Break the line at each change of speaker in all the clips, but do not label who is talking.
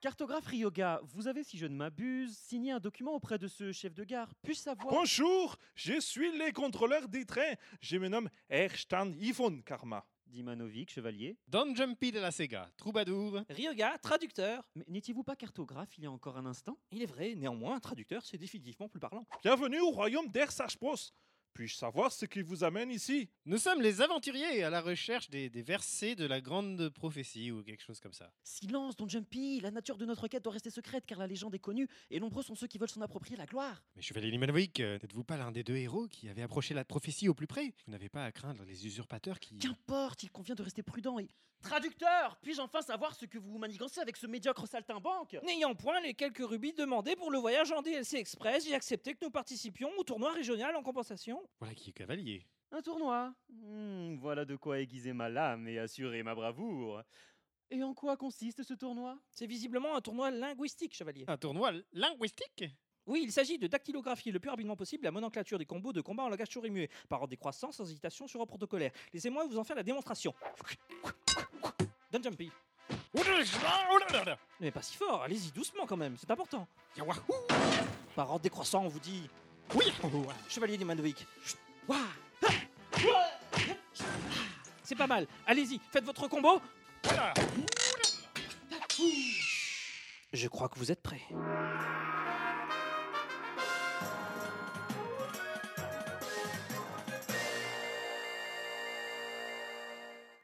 Cartographe Ryoga, vous avez, si je ne m'abuse, signé un document auprès de ce chef de gare. Puis savoir.
Bonjour, je suis le contrôleur des trains. Je me nomme Erstan Yvon Karma.
Dimanovic, chevalier.
Don Jumpy de la Sega, troubadour.
Ryoga, traducteur.
Mais n'étiez-vous pas cartographe il y a encore un instant
Il est vrai, néanmoins, un traducteur, c'est définitivement plus parlant.
Bienvenue au royaume d'Ersachpos. Puis-je savoir ce qui vous amène ici
Nous sommes les aventuriers à la recherche des, des versets de la grande prophétie ou quelque chose comme ça.
Silence, Don Jumpy La nature de notre quête doit rester secrète car la légende est connue et nombreux sont ceux qui veulent s'en approprier la gloire.
Mais chevalier Limanovic, euh, n'êtes-vous pas l'un des deux héros qui avait approché la prophétie au plus près Vous n'avez pas à craindre les usurpateurs qui...
Qu'importe, il convient de rester prudent et. Traducteur Puis-je enfin savoir ce que vous manigancez avec ce médiocre saltimbanque
N'ayant point les quelques rubis demandés pour le voyage en DLC Express, j'ai accepté que nous participions au tournoi régional en compensation.
Voilà qui est cavalier.
Un tournoi Hmm, Voilà de quoi aiguiser ma lame et assurer ma bravoure. Et en quoi consiste ce tournoi
C'est visiblement un tournoi linguistique, chevalier.
Un tournoi linguistique
Oui, il s'agit de dactylographier le plus rapidement possible la nomenclature des combos de combat en langage souris muet, par ordre décroissant sans hésitation sur un protocolaire. Laissez-moi vous en faire la démonstration. Don Jumpy. Mais pas si fort, allez-y doucement quand même, c'est important.
Yahoo
Par ordre décroissant, on vous dit.
Oui
Oh.
Chevalier Dimanovic. Ouah Ah Ouah Ah C'est pas mal. Allez-y, faites votre combo. Je crois que vous êtes prêts.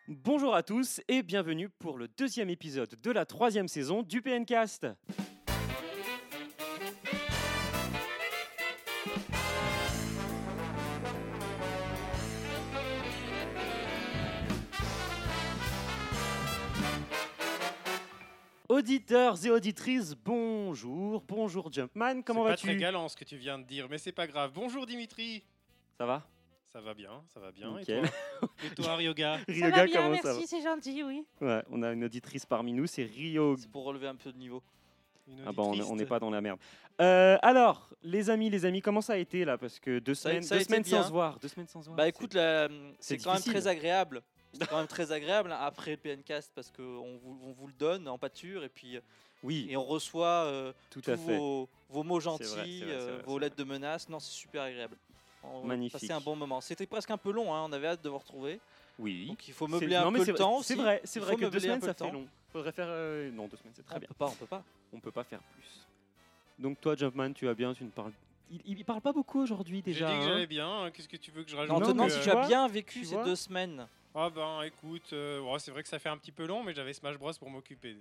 Bonjour à tous et bienvenue pour le deuxième épisode de la troisième saison du PNCast. Auditeurs et auditrices, bonjour, bonjour Jumpman, comment
C'est pas très
vas-tu
galant ce que tu viens de dire, mais c'est pas grave. Bonjour Dimitri
Ça va
Ça va bien, ça va bien.
Nickel.
Et toi Et toi, Ryoga
Ça va
Ryoga,
bien,
comment
merci,
ça
c'est gentil, oui.
va Ouais, on a une auditrice parmi nous, c'est Ryoga.
C'est pour relever un peu de niveau.
Une
Ah bah on-
auditrice.
on n'est pas dans la merde. Euh, alors, les amis, les amis, comment ça a été là Parce que deux
Ça a-
semaines,
ça a
deux
été
semaines
bien.
sans se voir, deux semaines sans se voir.
Bah écoute, la-
c'est
c'est quand même
difficile.
très agréable. C'est quand même très agréable hein, après le PNcast parce qu'on vous, on vous le donne en pâture et puis euh,
C'est- oui,
et on reçoit euh,
tout
tous
à fait.
vos, vos mots
C'est vrai, c'est vrai,
gentils,
c'est
euh,
vrai,
vos
c'est
lettres de menaces. Non, c'est super agréable. On
Magnifique.
C'était un bon moment. C'était presque un peu long, hein, on avait hâte de vous retrouver.
Oui.
Donc il faut
C'est-
meubler un
non, mais
peu
c'est
le
vrai-
temps.
C'est
aussi.
vrai, c'est
Il
vrai
faut
que deux
meubler un
semaines
peu
ça
le
fait
temps.
long. Faudrait faire euh, non deux semaines, c'est très
On
bien.
peut pas, on peut pas.
On peut pas faire plus. Donc toi, Jumpman, tu vas bien, tu ne parles. Il, il parle pas beaucoup aujourd'hui
J'ai dit
déjà.
que
hein.
j'allais bien, hein, qu'est-ce que tu veux que je
Non,
rajoute
non,
te demande
mais
si
tu
tu as
vois,
bien
tu
vécu ces
vois.
deux semaines.
Ah ben écoute, euh, ouais, c'est vrai que ça fait un petit peu long, mais j'avais Smash Bros pour m'occuper.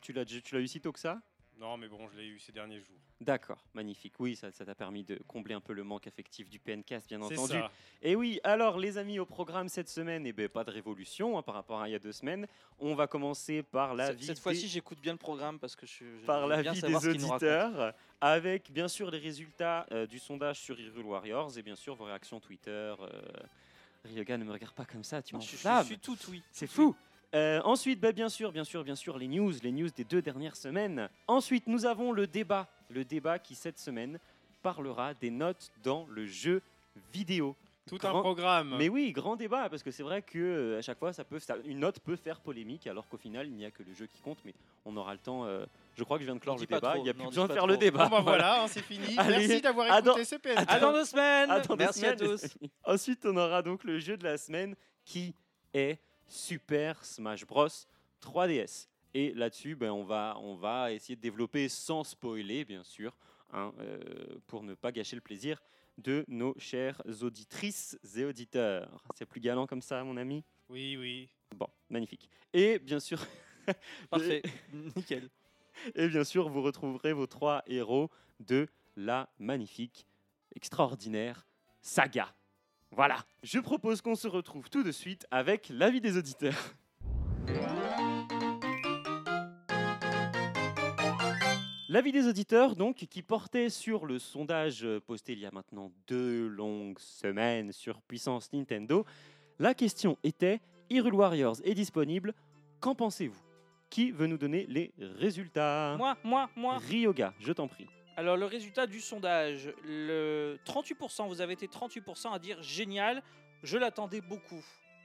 Tu l'as, tu l'as eu si tôt que ça
Non, mais bon, je l'ai eu ces derniers jours.
D'accord, magnifique. Oui, ça ça t'a permis de combler un peu le manque affectif du PNcast, bien
C'est
entendu.
ça.
Et oui, alors les amis, au programme cette semaine, eh ben, pas de révolution hein, par rapport à il y a deux semaines. On va commencer par la
Cette-
vie
Cette
des-
fois-ci, j'écoute bien le programme parce que je, je
par
je veux
la
bien
vie
savoir
des
ce qu'il nous raconte.
auditeurs, avec bien sûr les résultats euh, du sondage sur Hyrule Warriors et bien sûr vos réactions Twitter. euh, Ryoga, ne me regarde pas comme ça, tu
Je, je- je
m'enflammes.
suis tout oui.
C'est fou. Euh, ensuite, bah, bien sûr, bien sûr, bien sûr, les news, les news des deux dernières semaines. Ensuite, nous avons le débat, le débat qui cette semaine parlera des notes dans le jeu vidéo.
Tout
Grand-
un programme.
Mais oui, grand débat, parce que c'est vrai que euh, à chaque fois, ça peut, ça- une note peut faire polémique, alors qu'au final, il n'y a que le jeu qui compte. Mais on aura le temps. euh, je crois que je viens de clore
Dis
le
pas
débat.
trop,
Il n'y a
non,
plus
dis
besoin de
pas
faire le
trop. ben
débat.
Bon bah voilà, hein, c'est fini.
Allez,
Merci d'avoir
à
écouté
dans-
ce PNJ.
À dans Ah, deux semaines.
À dans deux
Merci à
semaines, les
tous.
Ensuite, on aura donc le jeu de la semaine qui est Super Smash Bros 3DS. Et là-dessus, ben, on, va, on va essayer de développer sans spoiler, bien sûr, hein, euh, pour ne pas gâcher le plaisir de nos chères auditrices et auditeurs. C'est plus galant comme ça, mon ami
Oui, oui.
Bon, magnifique. Et bien sûr,
Parfait. Nickel.
Et bien sûr, vous retrouverez vos trois héros de la magnifique, extraordinaire saga. Voilà. Je propose qu'on se retrouve tout de suite avec l'avis des auditeurs. L'avis des auditeurs, donc, qui portait sur le sondage posté il y a maintenant deux longues semaines sur Puissance Nintendo, la question était Hyrule Warriors est disponible, qu'en pensez-vous Qui veut nous donner les résultats
Moi, moi, moi.
Ryoga, je t'en prie.
Alors le résultat du sondage, le 38%, vous avez été 38% à dire génial, je l'attendais beaucoup.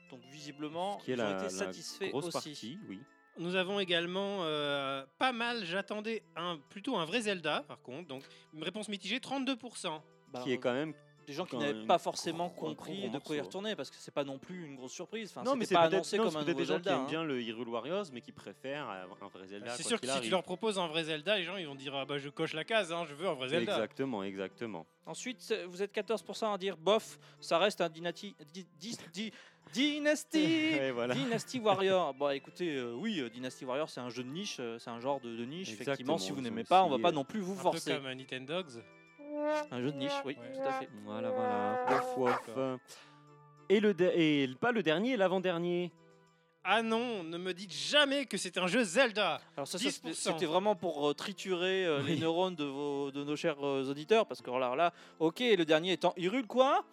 Donc visiblement,
Ce qui est
Oh, ils ont
la-
été
la
satisfaits
Grosse
aussi.
partie, oui.
Nous avons également euh, pas mal, j'attendais un, plutôt un vrai Zelda par contre, donc une réponse mitigée 32%.
Bah,
qui est quand même
des gens qui
quand
n'avaient
une
pas forcément
gros- un gros
compris de
morceau.
quoi il retournait parce que c'est pas non plus une grosse surprise. Enfin,
non, mais c'est
pas
peut-être
annoncé
non,
comme
c'est
un
peut-être
nouveau
des gens
Zelda.
qui aiment
hein.
bien le Hyrule Warriors, mais qui préfèrent euh, un vrai Zelda.
C'est
quoi
sûr que
qu'il
si tu
arrive.
leur proposes un vrai Zelda, les gens ils vont dire ah bah je coche la case, hein, je veux un vrai Zelda.
Exactement, exactement.
Ensuite, euh, vous êtes 14% à dire bof, ça reste un Dynati- di- dis- di- Dynasty
Et voilà.
Dynasty Warrior. Bah écoutez, euh, oui, euh, Dynasty Warrior, c'est un jeu de niche, euh, c'est un genre de, de niche. Effectivement,
Exactement,
si vous
ils ont
n'aimez pas, on va
aussi,
pas
euh,
non plus vous
Un peu
forcer.
comme euh, Nintendo Dogs.
Un jeu de niche, oui,
Ouais.
tout à fait.
Voilà, voilà. Wouf, wouf. Et, le de- et le- pas le dernier, l'avant-dernier.
Ah non, ne me dites jamais que c'est un jeu Zelda.
Alors ça, ça, c'était
10%.
c'était vraiment pour euh, triturer euh, les
Oui.
neurones de, vos, de nos chers euh, auditeurs, parce que alors là, ok, le dernier étant Hyrule, quoi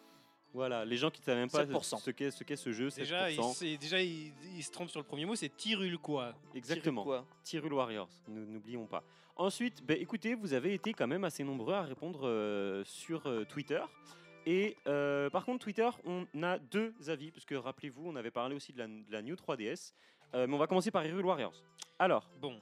Voilà, les gens qui ne savent même pas
7%.
ce qu'est ce, qu'est ce jeu, 7%.
Déjà, il, c'est- déjà il, il se trompe sur le premier mot, c'est Tirul quoi.
Exactement.
Hyrule, quoi
Tyrul Warriors, nous- n'oublions pas. Ensuite, ben, écoutez, vous avez été quand même assez nombreux à répondre euh, sur euh, Twitter. Et euh, par contre, Twitter, on a deux avis, parce que rappelez-vous, on avait parlé aussi de la, de la New 3DS. Euh, mais on va commencer par Hyrule Warriors. Alors,
Bon.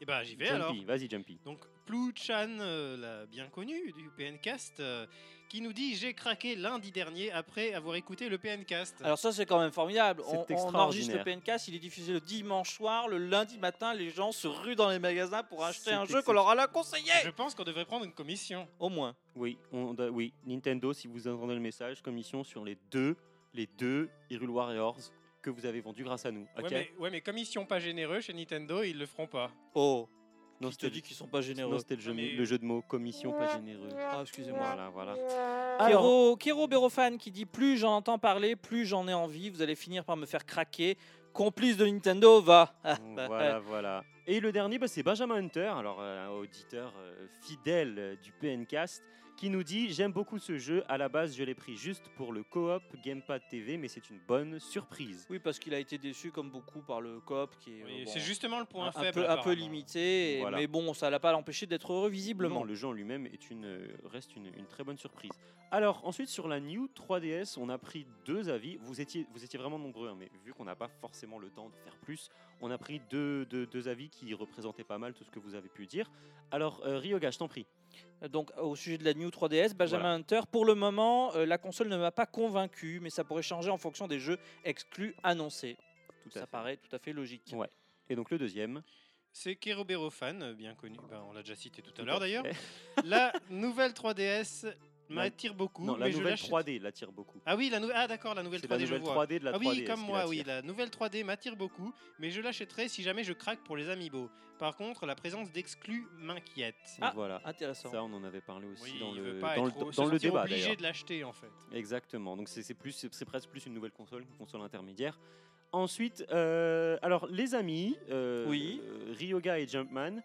Et bah j'y vais
Jumpy,
alors.
vas-y Jumpy.
Donc Plouchan, euh, la bien connue du PNcast, euh, qui nous dit j'ai craqué lundi dernier après avoir écouté le PNcast.
Ah,
Alors ça, c'est quand même formidable.
C'est
On, on
extraordinaire.
enregistre le PNK, il est diffusé le dimanche soir, le lundi matin, les gens se ruent dans les magasins pour acheter
C'est
un jeu
exceptionnel.
qu'on leur a conseillé
je pense qu'on devrait prendre une commission.
Au moins.
Oui, on, doit- oui, Nintendo, si vous entendez le message, commission sur les deux, les deux Hyrule Warriors que vous avez vendus grâce à nous. Ok
Ouais, mais, ouais, mais comme ils sont pas généreux chez Nintendo, ils le feront pas.
Oh,
Non,
qui te
c'était
dit qu'ils sont pas
le- non,
généreux
c'était le, jeu-
Non, mais-
le jeu de mots, commission pas généreux.
Ah, excusez-moi.
Voilà, voilà.
Kero, Kero Berofan qui dit plus j'en entends parler, plus j'en ai envie, vous allez finir par me faire craquer. Complice de Nintendo, va Ah, bah,
voilà, voilà. Et le dernier, bah, c'est Benjamin Hunter, alors euh, un auditeur euh, fidèle euh, du PNcast, qui nous dit J'aime beaucoup ce jeu. À la base, je l'ai pris juste pour le co-op Gamepad TV, mais c'est une bonne surprise.
Oui, parce qu'il a été déçu comme beaucoup par le coop qui est,
Oui,
euh, bon,
C'est justement le point
un, un
faible.
peu, un peu
apparemment.
limité, et-
Voilà.
mais bon, ça l'a pas empêché d'être heureux
Non,
visiblement.
le jeu en lui-même est une, euh, reste une, une très bonne surprise. Alors, ensuite, sur la New 3DS, on a pris deux avis. Vous étiez, vous étiez vraiment nombreux, hein, mais vu qu'on n'a pas forcément le temps de faire plus, on a pris deux, deux, deux avis qui représentaient pas mal tout ce que vous avez pu dire. Alors, euh, Ryoga, je t'en prie.
Donc au sujet de la New 3DS, Benjamin
Voilà.
Hunter, pour le moment, euh, la console ne m'a pas convaincu, mais ça pourrait changer en fonction des jeux exclus annoncés.
Tout à
ça
fait.
paraît tout à fait logique.
Ouais. Et donc, le deuxième.
C'est Kerobero Fan, euh, bien connu. Bah, on l'a déjà cité tout à
Tout
l'heure
à
d'ailleurs.
fait.
La nouvelle 3DS m'attire beaucoup.
Non, la
mais je
nouvelle
l'achète-
3D l'attire beaucoup.
Ah oui, la nou- ah, d'accord, la nouvelle
C'est
3D,
la
je
nouvelle
vois.
3D de la
ah
3D.
oui, comme
est-ce
moi,
qu'il
oui,
attire
la nouvelle 3D m'attire beaucoup, mais je l'achèterai si jamais je craque pour les amiibo. Par contre, la présence d'exclus m'inquiète.
Donc
Ah,
voilà.
Intéressant.
Ça, on en avait parlé aussi
Oui,
dans
il
le
veut pas
dans le,
être au- se
dans le
sentir
débat
obligé
d'ailleurs.
de l'acheter en fait.
Exactement. Donc c'est c'est plus c'est c'est presque plus une nouvelle console qu'une console intermédiaire. Ensuite, euh, alors les amis, euh,
Oui.
euh, Ryoga et Jumpman,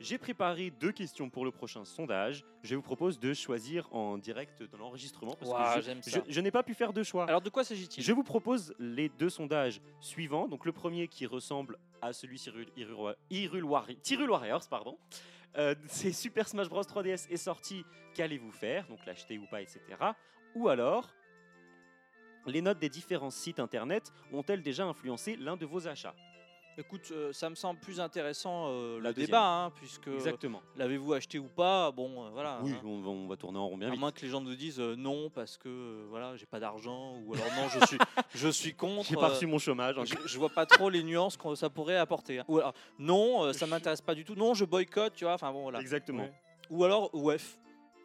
j'ai préparé deux questions pour le prochain sondage. Je vous propose de choisir en direct dans l'enregistrement parce
Ouah,
que je-
j'aime
je,
ça.
je n'ai pas pu faire de choix.
Alors de quoi s'agit-il
Je vous propose les deux sondages suivants. Donc le premier qui ressemble à celui sur Hyrule- Hyrule- Hyrule Warri- Hyrule Warriors, pardon. Euh, c'est Super Smash Bros 3DS est sorti. Qu'allez-vous faire Donc l'acheter ou pas, etc. Ou alors, les notes des différents sites internet ont-elles déjà influencé l'un de vos achats
Écoute, euh, ça me semble plus intéressant euh,
La
le
deuxième.
débat, hein, puisque
Exactement.
l'avez-vous acheté ou pas Bon, euh, voilà.
oui,
hein.
on, va- on va tourner en rond bien
À
vite.
moins que les gens nous disent euh, non parce que euh, voilà j'ai pas d'argent ou alors non je suis je suis contre.
J'ai pas
euh,
reçu mon chômage. encore.
je, je vois pas trop les nuances que ça pourrait apporter. hein. Ou alors non euh, ça
Je-
m'intéresse pas du tout. Non je boycotte tu vois. Enfin bon voilà.
Exactement.
Ouais.
Ou alors ouef.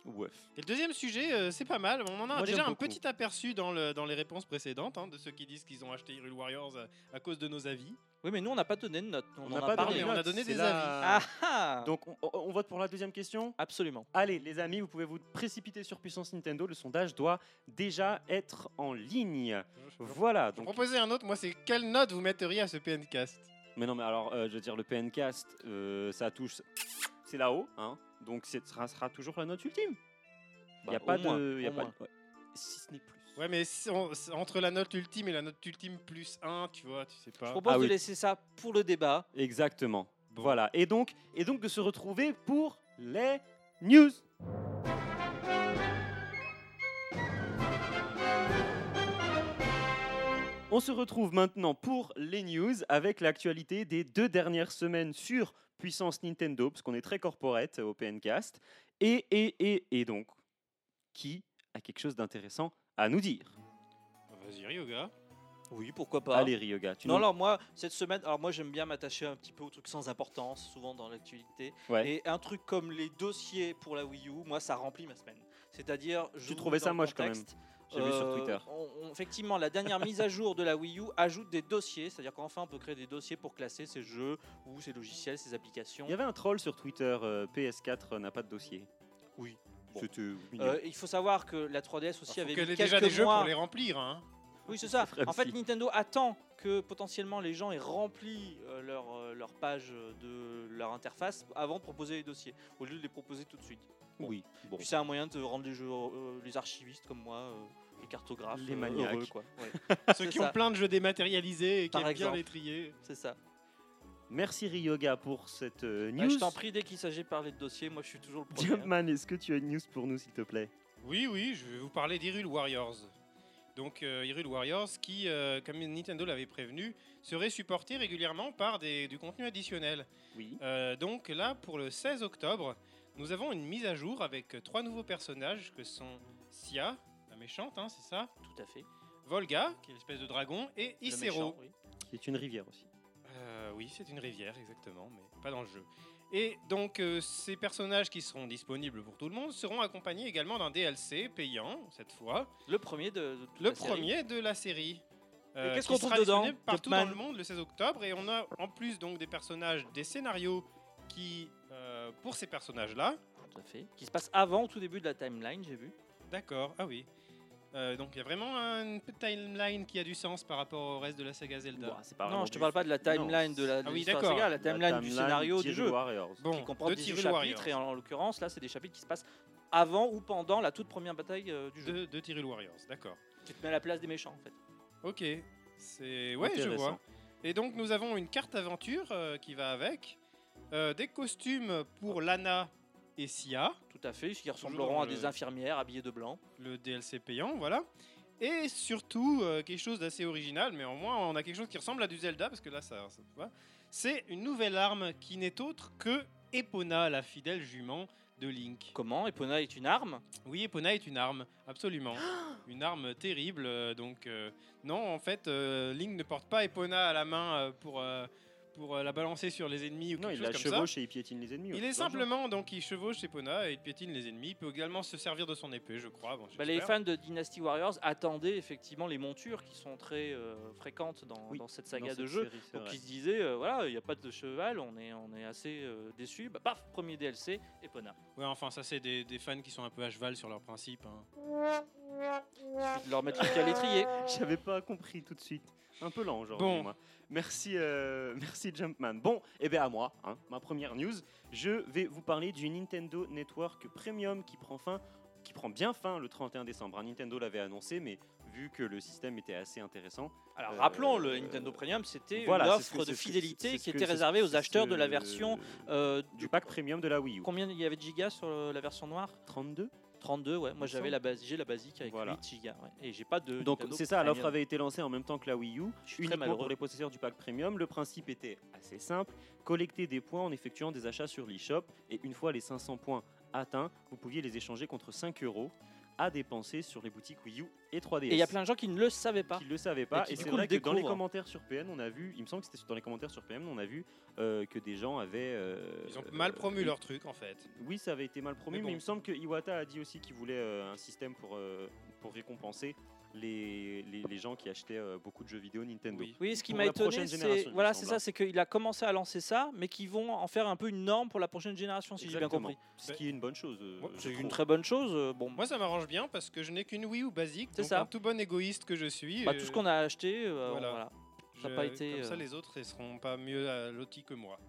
Ouf.
Et le deuxième sujet, euh, c'est pas mal. On en a
Moi,
déjà
j'aime
un
beaucoup.
petit aperçu dans, le- dans les réponses précédentes hein, de ceux qui disent qu'ils ont acheté Hyrule Warriors à, à cause de nos avis.
Oui mais nous on n'a pas donné de note. On, en
n'a
a
pas
parlé,
parlé. hein.
on a
notes,
donné
c'est
des
la-
Ah ah
Donc on- on- on vote pour la deuxième question
absolument.
Allez, les amis, vous pouvez vous précipiter sur Puissance Nintendo. Le sondage doit déjà être en ligne. Voilà.
Je
Donc,
proposais un autre, moi c'est quelle note vous metteriez à ce PNcast
mais non, mais alors, euh, je veux dire, le PNcast, euh, ça touche, c'est là-haut, hein. Donc, ce sera, sera toujours la note ultime. Il
Bah,
n'y a
au
pas
moins,
de, y a
au
pas
moins.
de- ouais. si ce n'est plus.
Ouais, mais si on- c'est entre la note ultime et la note ultime plus 1, tu vois, tu sais
Je
pas.
propose
Ah
de
oui.
laisser ça pour le débat.
Exactement. Voilà. Et donc, et donc de se retrouver pour les news. On On se retrouve maintenant pour les news avec l'actualité des deux dernières semaines sur puissance Nintendo, parce qu'on est très corporate au PNcast. Et, et, et, et donc, qui a quelque chose d'intéressant à nous dire
Vas-y, Ryoga.
Oui, pourquoi pas.
Allez, Ryoga, tu
Non,
nous...
alors moi, cette semaine, alors moi j'aime bien m'attacher un petit peu aux trucs sans importance, souvent dans l'actualité.
Ouais.
Et un truc comme les dossiers pour la Wii U, moi ça remplit ma semaine. C'est-à-dire, je
Tu
vous
trouvais
mets
ça
dans le
moche quand même.
contexte.
J'ai vu sur
Euh,
Twitter.
on- on- effectivement, la dernière mise à jour de la Wii U ajoute des dossiers, c'est-à-dire qu'enfin on peut créer des dossiers pour classer ses jeux ou ses logiciels, ses applications.
Il y avait un troll sur Twitter, euh, PS4 n'a pas de dossier.
Oui. Bon.
C'était mignon.
Euh, il faut savoir que la 3DS aussi avait
Ah, qu'elle
mis
ait
quelques
déjà des jeux
mois.
pour les remplir. Hein.
Oui, c'est ça.
vrai
En fait,
aussi.
Nintendo attend que potentiellement les gens aient rempli euh, leur, euh, leur page euh, de leur interface avant de proposer les dossiers, au lieu de les proposer tout de suite. bon.
Oui. Bon.
Puis c'est un moyen de rendre les, jeux, euh, les archivistes comme moi, euh, les cartographes,
Les
euh,
maniaques.
heureux, quoi. Ouais,
Ceux
C'est
qui
ça.
ont plein de jeux dématérialisés et qui
Par
aiment bien
exemple.
les trier.
c'est ça.
Merci Ryoga pour cette euh,
Ouais,
news.
Ah, je t'en prie, dès qu'il s'agit de parler de dossiers, moi je suis toujours le premier. hein.
Jumpman, est-ce que tu as une news pour nous, s'il te plaît
Oui, oui, je vais vous parler d'Hyrule Warriors. Donc, euh, Hyrule Warriors, qui, euh, comme Nintendo l'avait prévenu, serait supporté régulièrement par des- du contenu additionnel.
Oui.
Euh, donc là, pour le 16 octobre, nous avons une mise à jour avec euh, trois nouveaux personnages que sont Sia, la méchante, hein, c'est ça,
Tout à fait. Le
Volga, qui est l'espèce de dragon, et Icero.
méchant, oui.
C'est une rivière aussi.
Euh, oui, c'est une rivière, exactement, mais pas dans le jeu. Et donc, euh, ces personnages qui seront disponibles pour tout le monde seront accompagnés également d'un DLC payant, cette fois,
Le premier de, de toute
le
la série.
premier de la série. euh,
qu'est-ce
qui
qu'on trouve
sera
dedans,
disponible Partout
Jumpman
dans le monde le 16 octobre. Et on a en plus donc des personnages, des scénarios qui, euh, pour ces personnages-là,
Tout à fait. Qui se passe avant, au tout début de la timeline, j'ai vu.
D'accord, ah oui. Euh, donc il y a vraiment une petite timeline qui a du sens par rapport au reste de la saga Zelda.
Ouah, c'est pas
non,
vraiment
je te
du-
parle pas de la timeline
Non,
de la de
Ah oui,
l'histoire
d'accord.
Sega, la
La
timeline du scénario du
Hyrule
jeu.
Warriors.
Bon,
qui comprend
de
18
Hyrule
chapitres
Warriors.
et en l'occurrence là c'est des chapitres qui se passent avant ou pendant la toute première bataille euh, du jeu.
De, de Hyrule Warriors, d'accord.
Tu te mets à la place des méchants en fait.
Ok, c'est... Ouais, je
Intéressant.
vois. Et donc nous avons une carte aventure euh, qui va avec, euh, des costumes pour Lana et Sia,
Tout à fait, qui
dans
ressembleront à
le-
des infirmières habillées de blanc.
le DLC payant, voilà. Et surtout, euh, quelque chose d'assez original, mais au moins on a quelque chose qui ressemble à du Zelda, parce que là, ça, ça va. C'est une nouvelle arme qui n'est autre que Epona, la fidèle jument de Link.
Comment Epona est une arme
Oui, Epona est une arme, absolument. une arme terrible. euh, donc, euh, non, en fait, euh, Link ne porte pas Epona à la main euh, pour, euh, pour euh, la balancer sur les ennemis ou
Non,
quelque
il
chose
la
comme ça.
chevauche et il piétine les ennemis.
Il
ouais,
est
c'est dangereux.
simplement, donc il chevauche Epona et il piétine les ennemis. Il peut également se servir de son épée, je crois. Bon,
Bah, Les
j'espère.
fans de Dynasty Warriors attendaient effectivement les montures qui sont très euh, fréquentes dans,
Oui,
dans cette
Dans
saga de
cette
jeu.
série, c'est
Donc
vrai.
ils se disaient, euh, voilà, il n'y a pas de cheval, on est, on est assez euh, déçus. Bah, paf, premier DLC, Epona.
Ouais, enfin, ça, c'est des, des fans qui sont un peu à cheval sur leurs principes. hein.
Suffit de leur mettre le pied à l'étrier.
J'avais pas compris tout de suite. Un peu lent aujourd'hui,
Bon.
moi. Merci, euh, merci Jumpman. Bon, et bien à moi, hein, ma première news, je vais vous parler du Nintendo Network Premium qui prend fin, qui prend bien fin le 31 décembre. hein. Nintendo l'avait annoncé, mais vu que le système était assez intéressant,
Alors
Euh,
rappelons, le Nintendo Premium, c'était
voilà,
une
c'est ce que-
offre
c'est
de
ce que-
fidélité
c'est ce
qui
que-
était
c'est-
réservée aux
c'est
acheteurs de la
ce-
version euh,
du pack Premium de la Wii U.
Combien il y avait de gigas sur le- la version noire
32
32, ouais. Moi
Il
j'avais
semble.
la base, j'ai la basique avec
Voilà.
8 gigas, ouais. Et j'ai pas de.
Donc
Nintendo Ah,
c'est ça, l'offre
Premium.
avait été lancée en même temps que la Wii U,
Je suis très
uniquement
malheureux.
pour les possesseurs du pack premium. Le principe était assez simple, collecter des points en effectuant des achats sur l'eShop et une fois les 500 points atteints, vous pouviez les échanger contre 5 euros à dépenser sur les boutiques Wii U et 3DS.
Et il y a plein de gens qui ne le savaient pas.
qui ne le savaient pas.
qui,
Et,
du
c'est
coup,
vrai
le
que dans les
découvrent.
commentaires sur PN, on a vu, il me semble que c'était dans les commentaires sur PN, on a vu euh, que des gens avaient... euh,
Ils ont mal promu
euh,
leur truc, en fait.
oui, ça avait été mal promu,
Mais
mais,
bon.
il me semble que Iwata a dit aussi qu'il voulait euh, un système pour, euh, pour récompenser les, les, les gens qui achetaient euh, beaucoup de jeux vidéo Nintendo.
Oui.
Oui, ce qui
pour
m'a
la
étonné,
prochaine
c'est
génération, il me
voilà,
semble,
c'est ça,
hein.
c'est qu'il a commencé à lancer ça, mais qu'ils vont en faire un peu une norme pour la prochaine génération, si j'ai bien
Exactement.
compris.
Ce qui est une bonne chose. euh,
Ouais,
je
C'est une
trouve.
très bonne chose. euh, Bon,
Moi, ça m'arrange bien parce que je n'ai qu'une Wii U basique.
C'est
donc
ça.
En tout bon égoïste que je suis.
bah, tout ce qu'on a acheté, euh,
Voilà.
voilà.
a
ça a pas été,
Comme ça,
euh,
les autres, ils seront pas mieux euh, lotis que moi.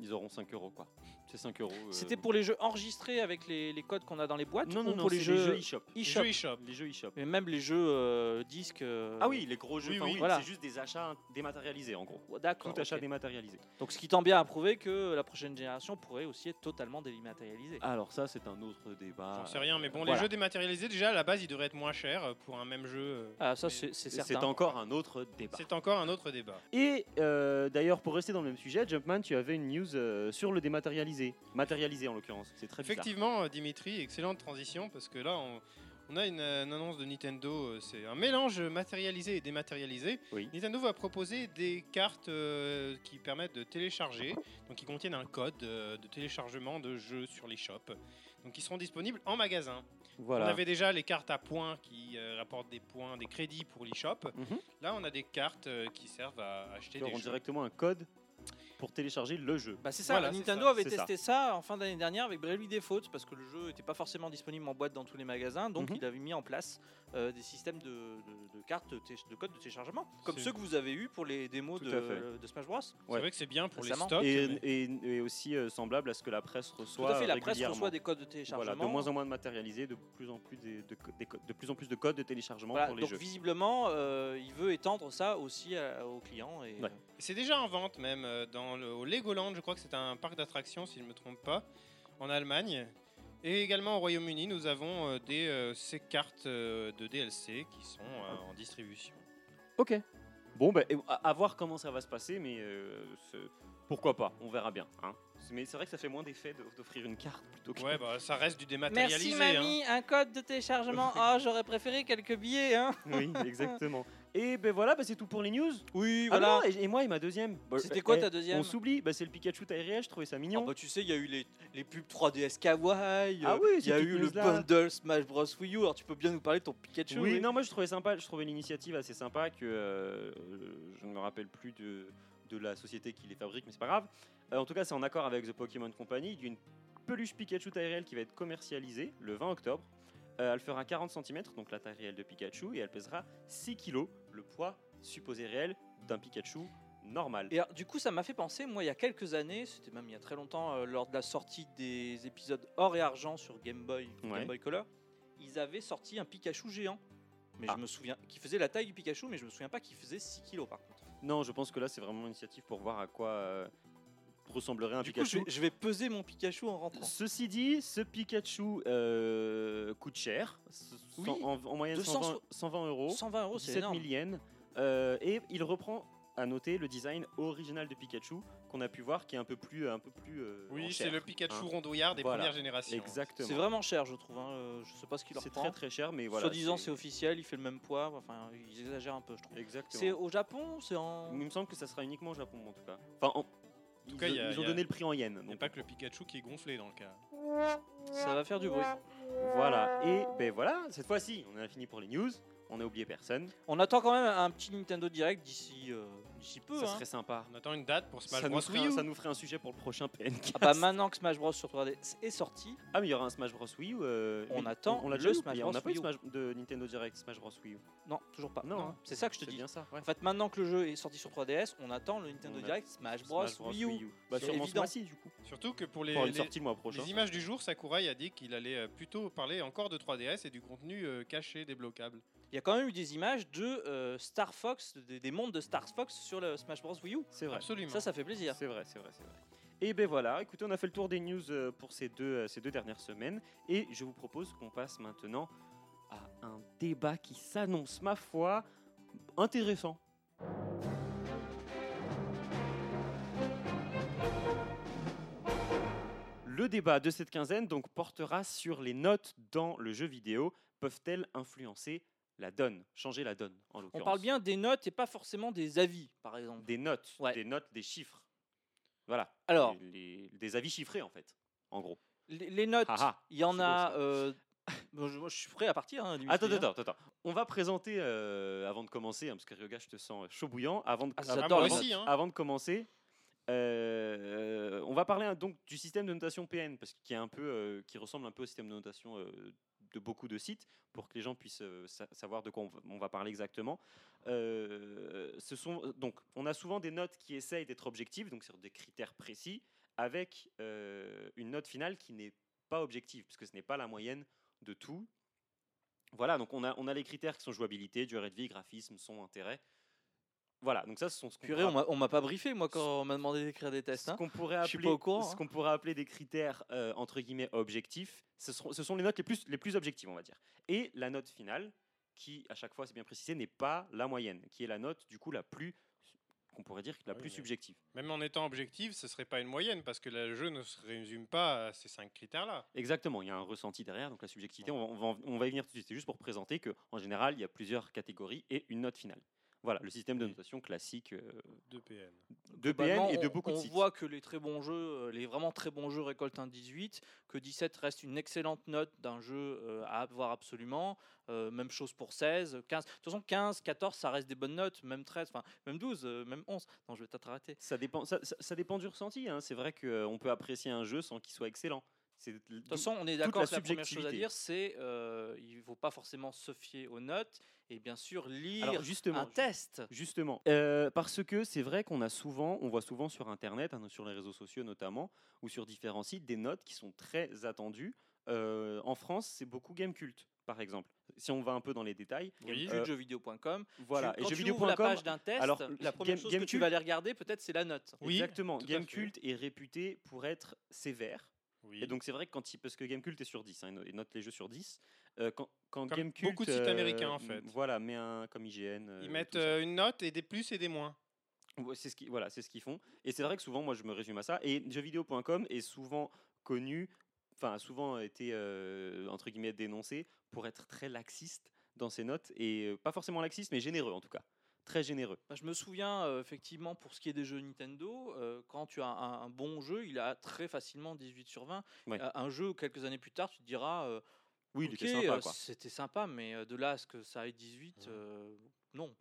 Ils auront 5 euros, quoi. C'est 5 euros. euh,
C'était pour les jeux enregistrés avec les, les codes qu'on a dans les boîtes
Non,
ou
non, non,
pour
c'est
les jeux
eShop.
e-shop
Jeux eShop.
Les jeux eShop.
Mais même les jeux euh, disques. euh,
Ah oui, les gros jeux.
oui,
enfin,
oui,
oui,
voilà.
C'est juste des achats dématérialisés en gros.
ouais,
Tout
D'accord.
achat
ok.
dématérialisé.
Donc ce qui tend bien à prouver que la prochaine génération pourrait aussi être totalement dématérialisée.
Alors ça, c'est un autre débat.
J'en sais rien, mais bon, les
Euh, Voilà.
jeux dématérialisés, déjà à la base, ils devraient être moins chers euh, pour un même jeu. euh,
Ah, ça
mais
c'est c'est
C'est
certain.
encore un autre débat.
C'est encore un autre débat.
Et euh, d'ailleurs, pour rester dans le même sujet, Jumpman, tu avais une news euh, sur le dématérialisé. Matérialisé en l'occurrence. C'est très bizarre.
Effectivement, euh, Dimitri, excellente transition parce que là, on, on a une, euh, une annonce de Nintendo. euh, C'est un mélange matérialisé et dématérialisé.
Oui.
Nintendo va proposer des cartes euh, qui permettent de télécharger, donc qui contiennent un code euh, de téléchargement de jeux sur les shops. Donc, ils seront disponibles en magasin.
Voilà.
On avait déjà les cartes à points qui euh, rapportent des points, des crédits pour l'e-shop.
Mhm.
Là, on a des cartes euh, qui servent à acheter
Qui auront
des jeux.
directement un code pour télécharger le jeu.
Bah c'est ça,
Voilà, c'est
Nintendo
ça,
avait
c'est
testé ça. en fin d'année dernière avec Bravely Default parce que le jeu n'était pas forcément disponible en boîte dans tous les magasins, donc
Mhm.
il avait mis en place euh, des systèmes de, de- de cartes, de té- de codes de téléchargement, comme
C'est-
ceux que vous avez eu pour les démos
Tout à
de, de Smash Bros.
Ouais.
C'est vrai que c'est bien pour les
Récemment.
stocks.
Et,
mais-
et- et aussi euh, semblable à ce que la presse
Tout
reçoit.
à fait, la
euh,
presse reçoit
régulièrement.
des codes de
Voilà,
téléchargement.
de moins en moins de matérialisé, de plus en plus des- de, co- des co- de plus en plus de codes de téléchargement
Voilà,
pour les
donc
jeux.
visiblement, euh, il veut étendre ça aussi à- aux clients. Et, euh,
Ouais.
C'est déjà en vente même euh, dans le, au Legoland, je crois que c'est un parc d'attractions si je ne me trompe pas, en Allemagne. Et également au Royaume-Uni, nous avons euh, des, euh, ces cartes euh, de DLC qui sont euh, en distribution.
Ok. Bon, ben, et- à, à voir comment ça va se passer, mais euh, ce- pourquoi pas, on verra bien. hein. Mais c'est vrai que ça fait moins d'effet de- d'offrir une carte plutôt que.
Ouais, bah, ça reste du
Merci
dématérialisé. hein.
mamie, un code de téléchargement. Ah, j'aurais préféré quelques billets. Hein.
oui, exactement. Et ben voilà, ben, c'est tout pour les news.
Oui,
Ah
voilà.
non, et, et moi et ma deuxième. Bah,
C'était
eh,
quoi
eh,
ta deuxième
On s'oublie, bah, c'est le Pikachu Taïriel, je trouvais ça mignon.
Ah bah tu sais, il y a eu les, les pubs 3DS Kawaii,
Ah
euh,
oui,
il y a
ces
eu le
petites news-là.
bundle Smash Bros Wii U, alors tu peux bien nous parler de ton Pikachu
oui,
oui.
non, moi je trouvais sympa, je trouvais l'initiative assez sympa que euh, je ne me rappelle plus de, de la société qui les fabrique, mais c'est pas grave. Euh, en tout cas, c'est en accord avec The Pokémon Company d'une peluche Pikachu taille réelle qui va être commercialisée le 20 octobre. Euh, elle fera 40 cm, donc la taille réelle de Pikachu, et elle pèsera 6 kg, le poids supposé réel d'un Pikachu normal.
Et alors, du coup, ça m'a fait penser, moi, il y a quelques années, c'était même il y a très longtemps, euh, lors de la sortie des épisodes Or et Argent sur Game Boy,
Ouais.
Game Boy Color, ils avaient sorti un Pikachu géant. Mais
Ah.
je me souviens, qui faisait la taille du Pikachu, mais je me souviens pas qu'il faisait 6 kilos par contre.
Non, je pense que là c'est vraiment une initiative pour voir à quoi euh, ressemblerait un
Du coup,
Pikachu.
je vais, je vais peser mon Pikachu en rentrant.
Ceci dit, ce Pikachu euh, coûte cher, S-
Oui,
cent- en, en moyenne
200
120, 120 euros,
120 euros, c'est
17
énorme.
000 yens, euh, et il reprend à noter le design original de Pikachu qu'on a pu voir, qui est un peu plus, un peu plus. euh, en
Oui, c'est
chair,
le hein. Pikachu
hein.
rondouillard des
Voilà.
premières générations.
Exactement.
C'est vraiment cher, je trouve. Hein. euh, Je sais pas ce qu'il leur
C'est
prend.
très très cher, mais voilà.
Soit disant c'est officiel, il fait le même poids, enfin ils exagèrent un peu je trouve. C'est
Exactement.
au Japon, c'est en...
Il me semble que ça sera uniquement au Japon en tout cas. Enfin, en- ils,
cas, il y a-
ils
il
ont
y a-
donné le prix en yens.
Il n'y a
donc
pas que le Pikachu qui est gonflé dans le cas.
Ça va faire du bruit.
Voilà. Et ben voilà, cette fois-ci, on a fini pour les news. On a oublié personne.
On attend quand même un petit Nintendo Direct d'ici euh, d'ici peu.
ça
hein.
serait sympa.
On attend une date pour Smash
ça,
Bros.
nous ferait,
Wii
un-
U.
ça nous ferait un sujet pour le prochain PNK.
Ah bah maintenant que Smash Bros sur 3DS est sorti,
Ah, mais il y aura un Smash Bros Wii U. euh,
On
mais
attend
l'a
le
déjà eu,
Smash
mais On
Bros
n'a pas eu
Wii U.
Smash de Nintendo Direct Smash Bros Wii U.
non toujours
Ah,
pas.
Non, hein.
c'est ça que je te
C'est
dis.
bien ça. ouais.
En fait maintenant que le jeu est sorti sur 3DS, on attend le Nintendo
On a-
Direct Smash Bros, Wii U.
Bah,
C'est
sûrement ce
évident.
mois-ci, du coup.
Surtout que pour les,
Pour une
les-
sortie le mois prochain.
les images du jour, Sakurai a dit qu'il allait euh, plutôt parler encore de 3DS et du contenu euh, caché débloquable.
Il y a quand même eu des images de euh, Star Fox, des, des mondes de Star Fox sur le Smash Bros Wii U.
C'est vrai.
Absolument.
Ça, ça fait plaisir.
C'est vrai, c'est vrai, c'est vrai. Et ben voilà, écoutez, on a fait le tour des news euh, pour ces deux, euh, ces deux dernières semaines. Et je vous propose qu'on passe maintenant à un débat qui s'annonce, ma foi, intéressant. Le débat de cette quinzaine donc portera sur les notes dans le jeu vidéo. Peuvent-elles influencer la donne, changer la donne en
On
l'occurrence
parle bien des notes et pas forcément des avis par exemple.
des notes,
Ouais.
des notes, des chiffres. Voilà.
Alors.
Les- les- des avis chiffrés en fait, en gros.
Les, les notes,
Ah ah,
il y en
c'est beau,
a.
ça.
euh, bon, je, moi, je suis prêt à partir. hein, Dimitri,
Attends,
hein.
attends, attends, attends. On va présenter euh, avant de commencer, hein, parce que Ryoga, je te sens chaud bouillant. Avant de,
Ah,
avant-
Ah,
j'adore
moi
les
avant-
notes.
aussi, hein.
avant de commencer, euh, euh, on va parler hein, donc du système de notation PN, parce qu'il est un peu, euh, qui ressemble un peu au système de notation euh, de beaucoup de sites, pour que les gens puissent euh, sa- savoir de quoi on va, on va parler exactement. Euh, ce sont donc, on a souvent des notes qui essayent d'être objectives, donc sur des critères précis. avec euh, une note finale qui n'est pas objective, puisque ce n'est pas la moyenne de tout. Voilà, donc on a, on a les critères qui sont jouabilité, durée de vie, graphisme, son, intérêt. Voilà, donc ça, ce sont ce qu'on
Purée,
pourra-
on m'a- on m'a pas briefé, moi, quand on m'a demandé d'écrire des tests.
ce
hein.
qu'on pourrait
Je suis
appeler,
pas au courant,
ce
hein.
qu'on pourrait appeler des critères euh, entre guillemets objectifs, ce, seront- ce sont les notes les plus, les plus objectives, on va dire. Et la note finale, qui à chaque fois c'est bien précisé, n'est pas la moyenne, qui est la note du coup la plus, qu'on pourrait dire la
Ah Oui,
plus
mais-
subjective.
Même en étant objectif, ce serait pas une moyenne parce que là, le jeu ne se résume pas à ces cinq critères-là.
Exactement, il y a un ressenti derrière, donc la subjectivité, on va, on va en- on va y venir tout de suite. C'est juste pour présenter que en général il y a plusieurs catégories et une note finale. Voilà, le système de notation classique euh,
2 PM.
de BN
Globalement,
et de
on-
beaucoup de
on
sites.
voit que les très bons jeux, euh, les vraiment très bons jeux récoltent un 18, que 17 reste une excellente note d'un jeu euh, à avoir absolument. Euh, même chose pour 16, 15. De toute façon, 15, 14, ça reste des bonnes notes, même 13, enfin, même 12, euh, même 11. Non, je vais t'arrêter.
Ça dépend, ça, ça- ça dépend du ressenti. hein. C'est vrai qu'on peut apprécier un jeu sans qu'il soit excellent. C'est
De toute façon, on est d'accord
la
que la première chose à
subjectivité.
dire, c'est euh, il ne faut pas forcément se fier aux notes et bien sûr lire
Alors
un
justement,
test.
Justement, Euh, parce que c'est vrai qu'on a souvent, on voit souvent sur Internet, hein, sur les réseaux sociaux notamment, ou sur différents sites, des notes qui sont très attendues. Euh, en France, c'est beaucoup Game Cult, par exemple. Si on va un peu dans les détails,
Oui.
Euh,
jeuxvideo.com.
voilà.
tu, quand
et
tu
jeuxvideo.com,
ouvres la page d'un test,
alors,
la première
Game-
chose que tu
Gamecube-
vas aller regarder, peut-être, c'est la note.
Oui,
exactement.
tout à
Game
fait.
Cult est réputé pour être sévère.
Oui.
Et donc c'est vrai que quand il, parce que Game Cult est sur 10, hein, il no- il note les jeux sur 10. Euh, quand quand
Comme
Game Cult, euh,
beaucoup de sites américains, en fait.
Voilà, mais un comme IGN. euh,
Ils mettent
tout ça.
euh, une note et des plus et des moins.
Ouais, C'est ce qui, voilà, c'est ce qu'ils font. Et c'est vrai que souvent, moi, je me résume à ça. Et jeuxvideo.com est souvent connu, enfin, a souvent été, euh, entre guillemets, dénoncé pour être très laxiste dans ses notes. Et euh, pas forcément laxiste, mais généreux, en tout cas. Très généreux.
Bah, je me souviens, euh, effectivement, pour ce qui est des jeux Nintendo, euh, quand tu as un, un bon jeu, il a très facilement 18 sur 20.
Ouais.
Euh, un jeu, quelques années plus tard, tu te diras, euh,
Oui,
Ok,
il était sympa,
euh,
quoi. Mmh.
c'était sympa, mais euh, de là à ce que ça ait 18,
Ouais.
euh, non.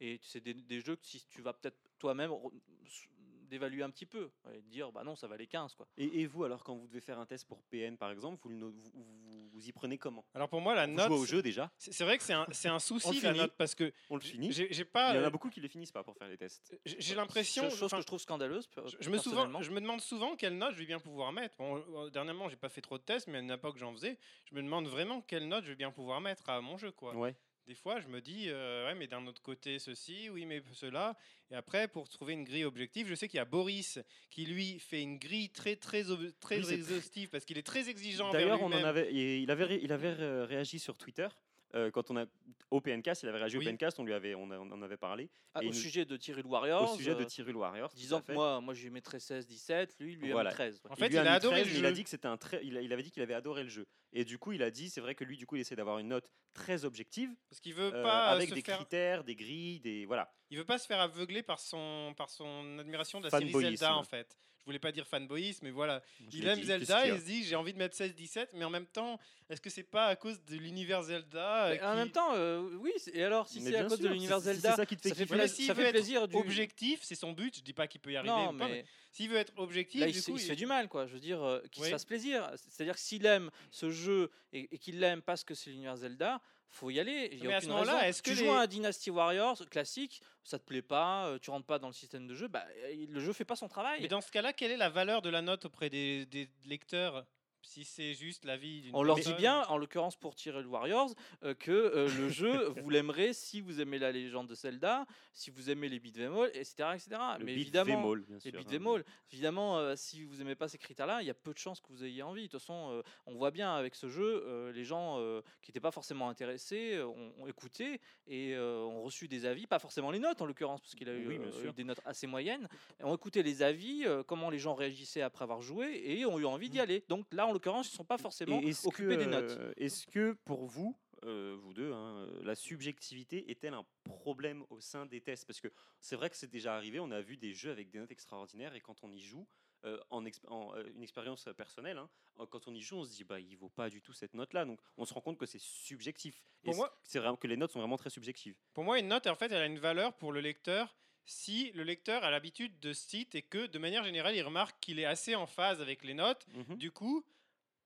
Et c'est des, des jeux que si tu vas peut-être toi-même re- s- dévaluer un petit peu et te dire, bah non, ça valait 15, quoi.
Et, et vous, alors, quand vous devez faire un test pour PN, par exemple, vous, le no- vous, vous- vous y prenez comment
Alors pour moi, la
Vous
note.
jouez au jeu, déjà.
C'est c'est vrai que c'est un, c'est un
On
souci
le
la
finit.
note parce que
On le finit.
j'ai j'ai pas.
il y en a
euh,
beaucoup qui ne le finissent pas pour faire les tests.
j'ai- J'ai l'impression.
chose
enfin,
que je trouve scandaleuse. per-
Je, je me
personnellement.
souvent, je me demande souvent quelle note je vais bien pouvoir mettre. Bon, euh, dernièrement, j'ai pas fait trop de tests, mais à une époque j'en faisais. Je me demande vraiment quelle note je vais bien pouvoir mettre à mon jeu, quoi.
Ouais.
Des fois, je me dis, euh, ouais, mais d'un autre côté ceci, oui, mais cela. Et après, pour trouver une grille objective, je sais qu'il y a Boris qui lui fait une grille très très ob- très
Oui, c'est très-
exhaustive parce qu'il est très exigeant envers
D'ailleurs, on en
lui-même.
avait, et il avait, ré- il avait euh, réagi sur Twitter. euh, quand on a au PNcast, il avait réagi
Oui.
au PNcast, on lui avait, on, a- on en avait parlé
Ah,
et
au
nous-
sujet de Thierry Warriors.
au sujet de
euh,
Tyrell Warriors. tout
disant
à
que
fait.
moi, moi, je lui mettrais 16, 17, lui, il lui a mis
Voilà.
13. ouais.
En fait,
lui
il
mis
a adoré
13,
le
mais Il a
jeu.
dit que c'était un très, il, a- il avait dit qu'il avait adoré le jeu. Et du coup, il a dit, c'est vrai que lui, du coup, il essaie d'avoir une note très objective
parce qu'il veut
euh,
pas euh,
avec
se
des
faire,
critères, des grilles, des voilà.
il veut pas se faire aveugler par son par son admiration de la série
Fanboyisme.
Zelda en fait. Je voulais pas dire fanboyisme, mais voilà.
Je
Il
l'ai
aime
dit,
Zelda,
qu'est-ce qu'il y a
il se dit j'ai envie de mettre 16-17, mais en même temps, est-ce que c'est pas à cause de l'univers Zelda euh,
Mais En
qui-
même temps, euh, oui, c'est- et alors, si
Mais
c'est à
bien
cause de
sûr,
l'univers
si- si c'est
Zelda,
ça qui te fait
ça fait,
kiffer.
pla-
Mais s'il
ça
veut
fait
être
plaisir du.
Objectif, c'est son but. Je dis pas qu'il peut y arriver.
Non,
ou pas,
mais-
S'il veut être objectif,
Là, il,
du
se-
coup,
il se
il-
fait du mal, quoi. Je veux dire, euh, qu'il
Oui.
se fasse plaisir. C'est-à-dire que s'il aime ce jeu et, et qu'il l'aime parce que c'est l'univers Zelda, faut y aller. Il y a
Mais à ce
aucune
moment-là,
raison.
est-ce que
tu
les-
joues à un Dynasty Warriors classique, ça te plaît pas, euh, tu rentres pas dans le système de jeu, bah, euh, le jeu fait pas son travail.
Mais dans ce cas-là, quelle est la valeur de la note auprès des, des lecteurs Si c'est juste l'avis d'une
On leur dit
personne
bien, en l'occurrence pour tirer le Warriors, euh, que euh, le jeu, vous l'aimerez si vous aimez la légende de Zelda, si vous aimez les beat'em all, etc. etc.
Le
Ah, Mais
beat
évidemment,
them all, bien
Les
sûr,
beat
hein.
'em all. Évidemment, euh, si vous aimez pas ces critères-là, il y a peu de chances que vous ayez envie. De toute façon, euh, on voit bien avec ce jeu, euh, les gens euh, qui n'étaient pas forcément intéressés euh, ont, ont écouté et euh, ont reçu des avis, pas forcément les notes en l'occurrence, parce qu'il a eu,
Oui, bien
euh,
sûr.
eu des notes assez moyennes, et ont écouté les avis, euh, comment les gens réagissaient après avoir joué et ont eu envie d'y aller. Donc là, en l'occurrence, ils ne sont pas forcément
Et est-ce
occupés
que,
des notes.
euh, Est-ce que pour vous, euh, vous deux, hein, euh, la subjectivité est-elle un problème au sein des tests Parce que c'est vrai que c'est déjà arrivé, on a vu des jeux avec des notes extraordinaires et quand on y joue, euh, en, exp- en, euh, une expérience personnelle, hein, euh, quand on y joue, on se dit bah il vaut pas du tout cette note-là, donc on se rend compte que c'est subjectif.
Pour
et
moi-
c'est vraiment que les notes sont vraiment très subjectives.
Pour moi, une note, en fait, elle a une valeur pour le lecteur si le lecteur a l'habitude de ce site et que, de manière générale, il remarque qu'il est assez en phase avec les notes. Du coup,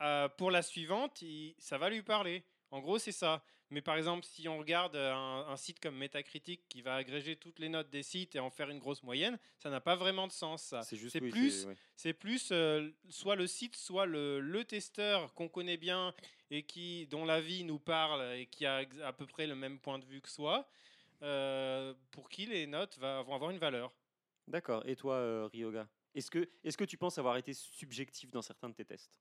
euh, pour la suivante, il- ça va lui parler. En gros, c'est ça. Mais par exemple, si on regarde euh, un, un site comme Metacritic qui va agréger toutes les notes des sites et en faire une grosse moyenne, ça n'a pas vraiment de sens. ça.
C'est juste
c'est
oui,
plus-
c'est- ouais.
C'est plus euh, soit le site, soit le, le testeur qu'on connaît bien et qui dont la vie nous parle et qui a ex- à peu près le même point de vue que soi, euh, pour qui les notes va- vont avoir une valeur.
D'accord. Et toi, euh, Ryoga est-ce que, est-ce que tu penses avoir été subjectif dans certains de tes tests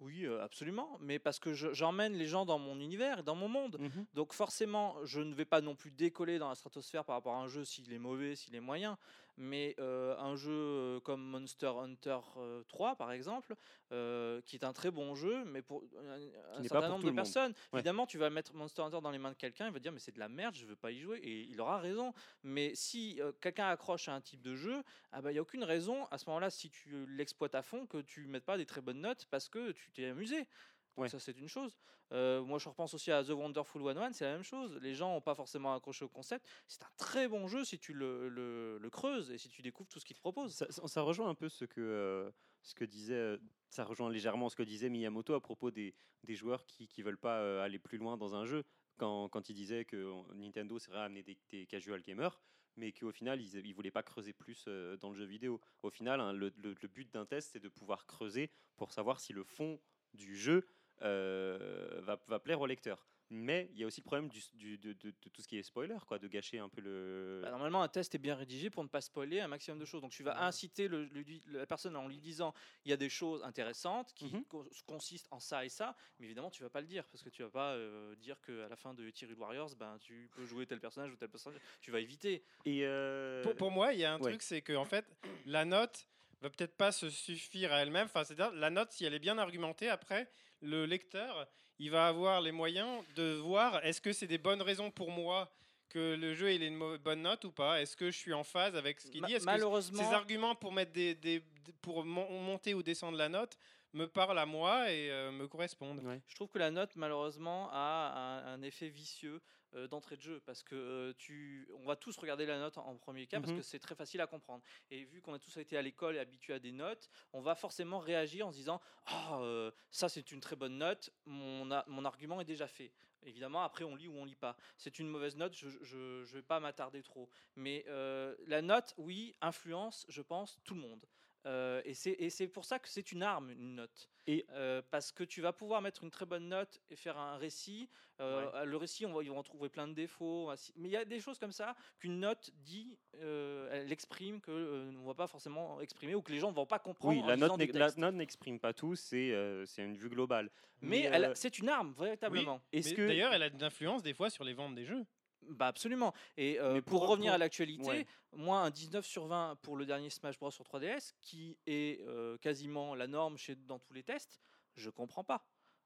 Oui, euh, absolument. Mais parce que je- j'emmène les gens dans mon univers et dans mon monde.
Mmh.
Donc forcément, je ne vais pas non plus décoller dans la stratosphère par rapport à un jeu s'il est mauvais, s'il est moyen. Mais euh, un jeu euh, comme Monster Hunter euh, 3, par exemple, euh, qui est un très bon jeu, mais pour un, un
n'est pas
certain
pour
nombre
tout
de
le monde.
personnes,
Ouais.
évidemment, tu vas mettre Monster Hunter dans les mains de quelqu'un, il va dire mais c'est de la merde, je veux pas y jouer, et il aura raison. Mais si euh, quelqu'un accroche à un type de jeu, ah bah, il n'y a aucune raison à ce moment-là, si tu l'exploites à fond, que tu mettes pas des très bonnes notes parce que tu t'es amusé. Donc
Ouais.
Ça, c'est une chose. Euh, moi, je repense aussi à The Wonderful 101, c'est la même chose. Les gens n'ont pas forcément accroché au concept. C'est un très bon jeu si tu le, le- le creuses et si tu découvres tout ce qu'il te propose.
Ça, ça- ça rejoint un peu ce que, euh, ce que disait, euh, ça rejoint légèrement ce que disait Miyamoto à propos des, des joueurs qui ne veulent pas euh, aller plus loin dans un jeu, quand, quand il disait que on- Nintendo serait amené des, des casual gamers, mais qu'au final, ils ne voulaient pas creuser plus euh, dans le jeu vidéo. Au final, hein, le, le- le but d'un test, c'est de pouvoir creuser pour savoir si le fond du jeu euh, va, va plaire au lecteur. Mais il y a aussi le problème du, du- de, de- de tout ce qui est spoiler, quoi, de gâcher un peu le...
Bah, normalement, un test est bien rédigé pour ne pas spoiler un maximum de choses. Donc, tu vas inciter le- le- lui- la personne en lui disant il y a des choses intéressantes qui
Mhm.
cons- consistent en ça et ça. Mais évidemment, tu vas pas le dire parce que tu vas pas euh, dire qu'à la fin de Thierry Warriors, ben, tu peux jouer tel personnage ou tel personnage. Tu vas éviter.
Et, euh,
Pour, pour moi, il y a un
ouais.
truc, c'est que en fait, la note va peut-être pas se suffire à elle-même. Enfin, c'est-à-dire, la note, si elle est bien argumentée, après, le lecteur, il va avoir les moyens de voir est-ce que c'est des bonnes raisons pour moi que le jeu il ait une mau- bonne note ou pas. Est-ce que je suis en phase avec ce qu'il
Ma-
dit Est-ce que
malheureusement,
ces arguments pour mettre des, des- des- pour mon- monter ou descendre la note me parlent à moi et euh, me correspondent.
Je trouve que la note, malheureusement, a un, un effet vicieux euh, d'entrée de jeu parce que euh, tu, on va tous regarder la note en, en premier cas parce
Mhm.
que c'est très facile à comprendre. Et vu qu'on a tous été à l'école et habitués à des notes, on va forcément réagir en se disant ah euh, ça c'est une très bonne note, mon, a- mon argument est déjà fait. Évidemment, après on lit ou on lit pas. C'est une mauvaise note, je ne vais pas m'attarder trop. Mais euh, la note, oui, influence, je pense, tout le monde. Euh, et c'est- et c'est pour ça que c'est une arme, une note.
Et-
Euh, parce que tu vas pouvoir mettre une très bonne note et faire un récit. Euh, Le récit, on va, ils vont en trouver plein de défauts. on va si- Mais il y a des choses comme ça qu'une note dit, euh, elle exprime, que euh, on ne va pas forcément exprimer ou que les gens ne vont pas comprendre.
Oui,
en
la
lisant
note,
des
n'ex- la
textes.
note n'exprime pas tout, c'est euh, c'est une vue globale.
Mais,
euh,
elle- c'est une arme, véritablement.
est-ce
Mais
que
D'ailleurs, elle a de l'influence des fois sur les ventes des jeux.
Bah absolument. Et euh,
Mais
pour,
pour-
revenir
pour-
à l'actualité,
ouais.
moi un 19 sur 20 pour le dernier Smash Bros sur 3DS, qui est euh, quasiment la norme chez, dans tous les tests, je comprends pas.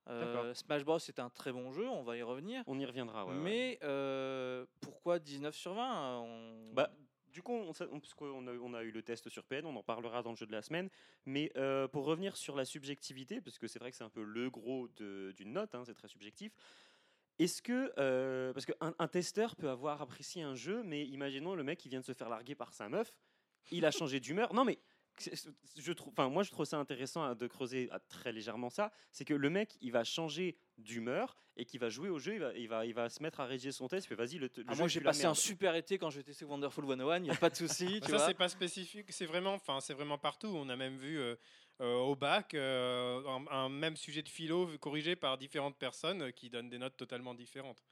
Euh, Smash Bros c'est un très bon jeu, on va y revenir.
on y reviendra.
Ah
ouais, ouais.
Mais euh, pourquoi 19 sur 20 euh, on-
Bah, du coup, on, s'a- on- parce qu'on a, on a eu le test sur PN, on en parlera dans le jeu de la semaine. Mais euh, pour revenir sur la subjectivité, parce que c'est vrai que c'est un peu le gros de- d'une note, hein, c'est très subjectif. Est-ce que. euh, parce qu'un un testeur peut avoir apprécié un jeu, mais imaginons le mec qui vient de se faire larguer par sa meuf, il a changé d'humeur. Non, mais. c'est- c'est- Je trouve, enfin, moi, je trouve ça intéressant hein, de creuser ah, très légèrement ça. C'est que le mec, il va changer d'humeur et qui va jouer au jeu, il va, il va, il va se mettre à rédiger son test. Il fait, vas-y, le, t- le
Ah,
jeu,
moi
je
j'ai
suis la
passé un
merde.
super été quand j'ai testé Wonderful 101, il n'y a pas de souci. tu
ça
vois.
c'est pas spécifique, c'est vraiment, enfin c'est vraiment partout. On a même vu euh, euh, au bac euh, un, un même sujet de philo corrigé par différentes personnes euh, qui donnent des notes totalement différentes.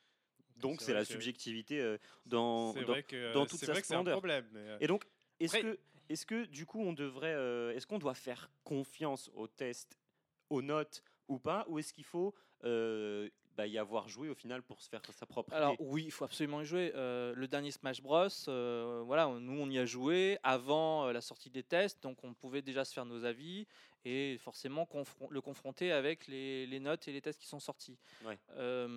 Donc c'est
vrai
la
que-
subjectivité euh, dans,
C'est
dans-
vrai que
dans
euh,
toute
c'est
sa
vrai que c'est un
splendeur.
problème. mais, euh,
Et donc est-ce
Après-
que est-ce que du coup on devrait euh, est-ce qu'on doit faire confiance aux tests, aux notes ou pas ou est-ce qu'il faut euh, bah, y avoir joué au final pour se faire sa propre
Alors
idée
oui, il faut absolument y jouer. Euh, le dernier Smash Bros, euh, voilà, on- nous on y a joué avant euh, la sortie des tests, donc on pouvait déjà se faire nos avis et forcément confron- le confronter avec les, les notes et les tests qui sont sortis.
Ouais.
Euh,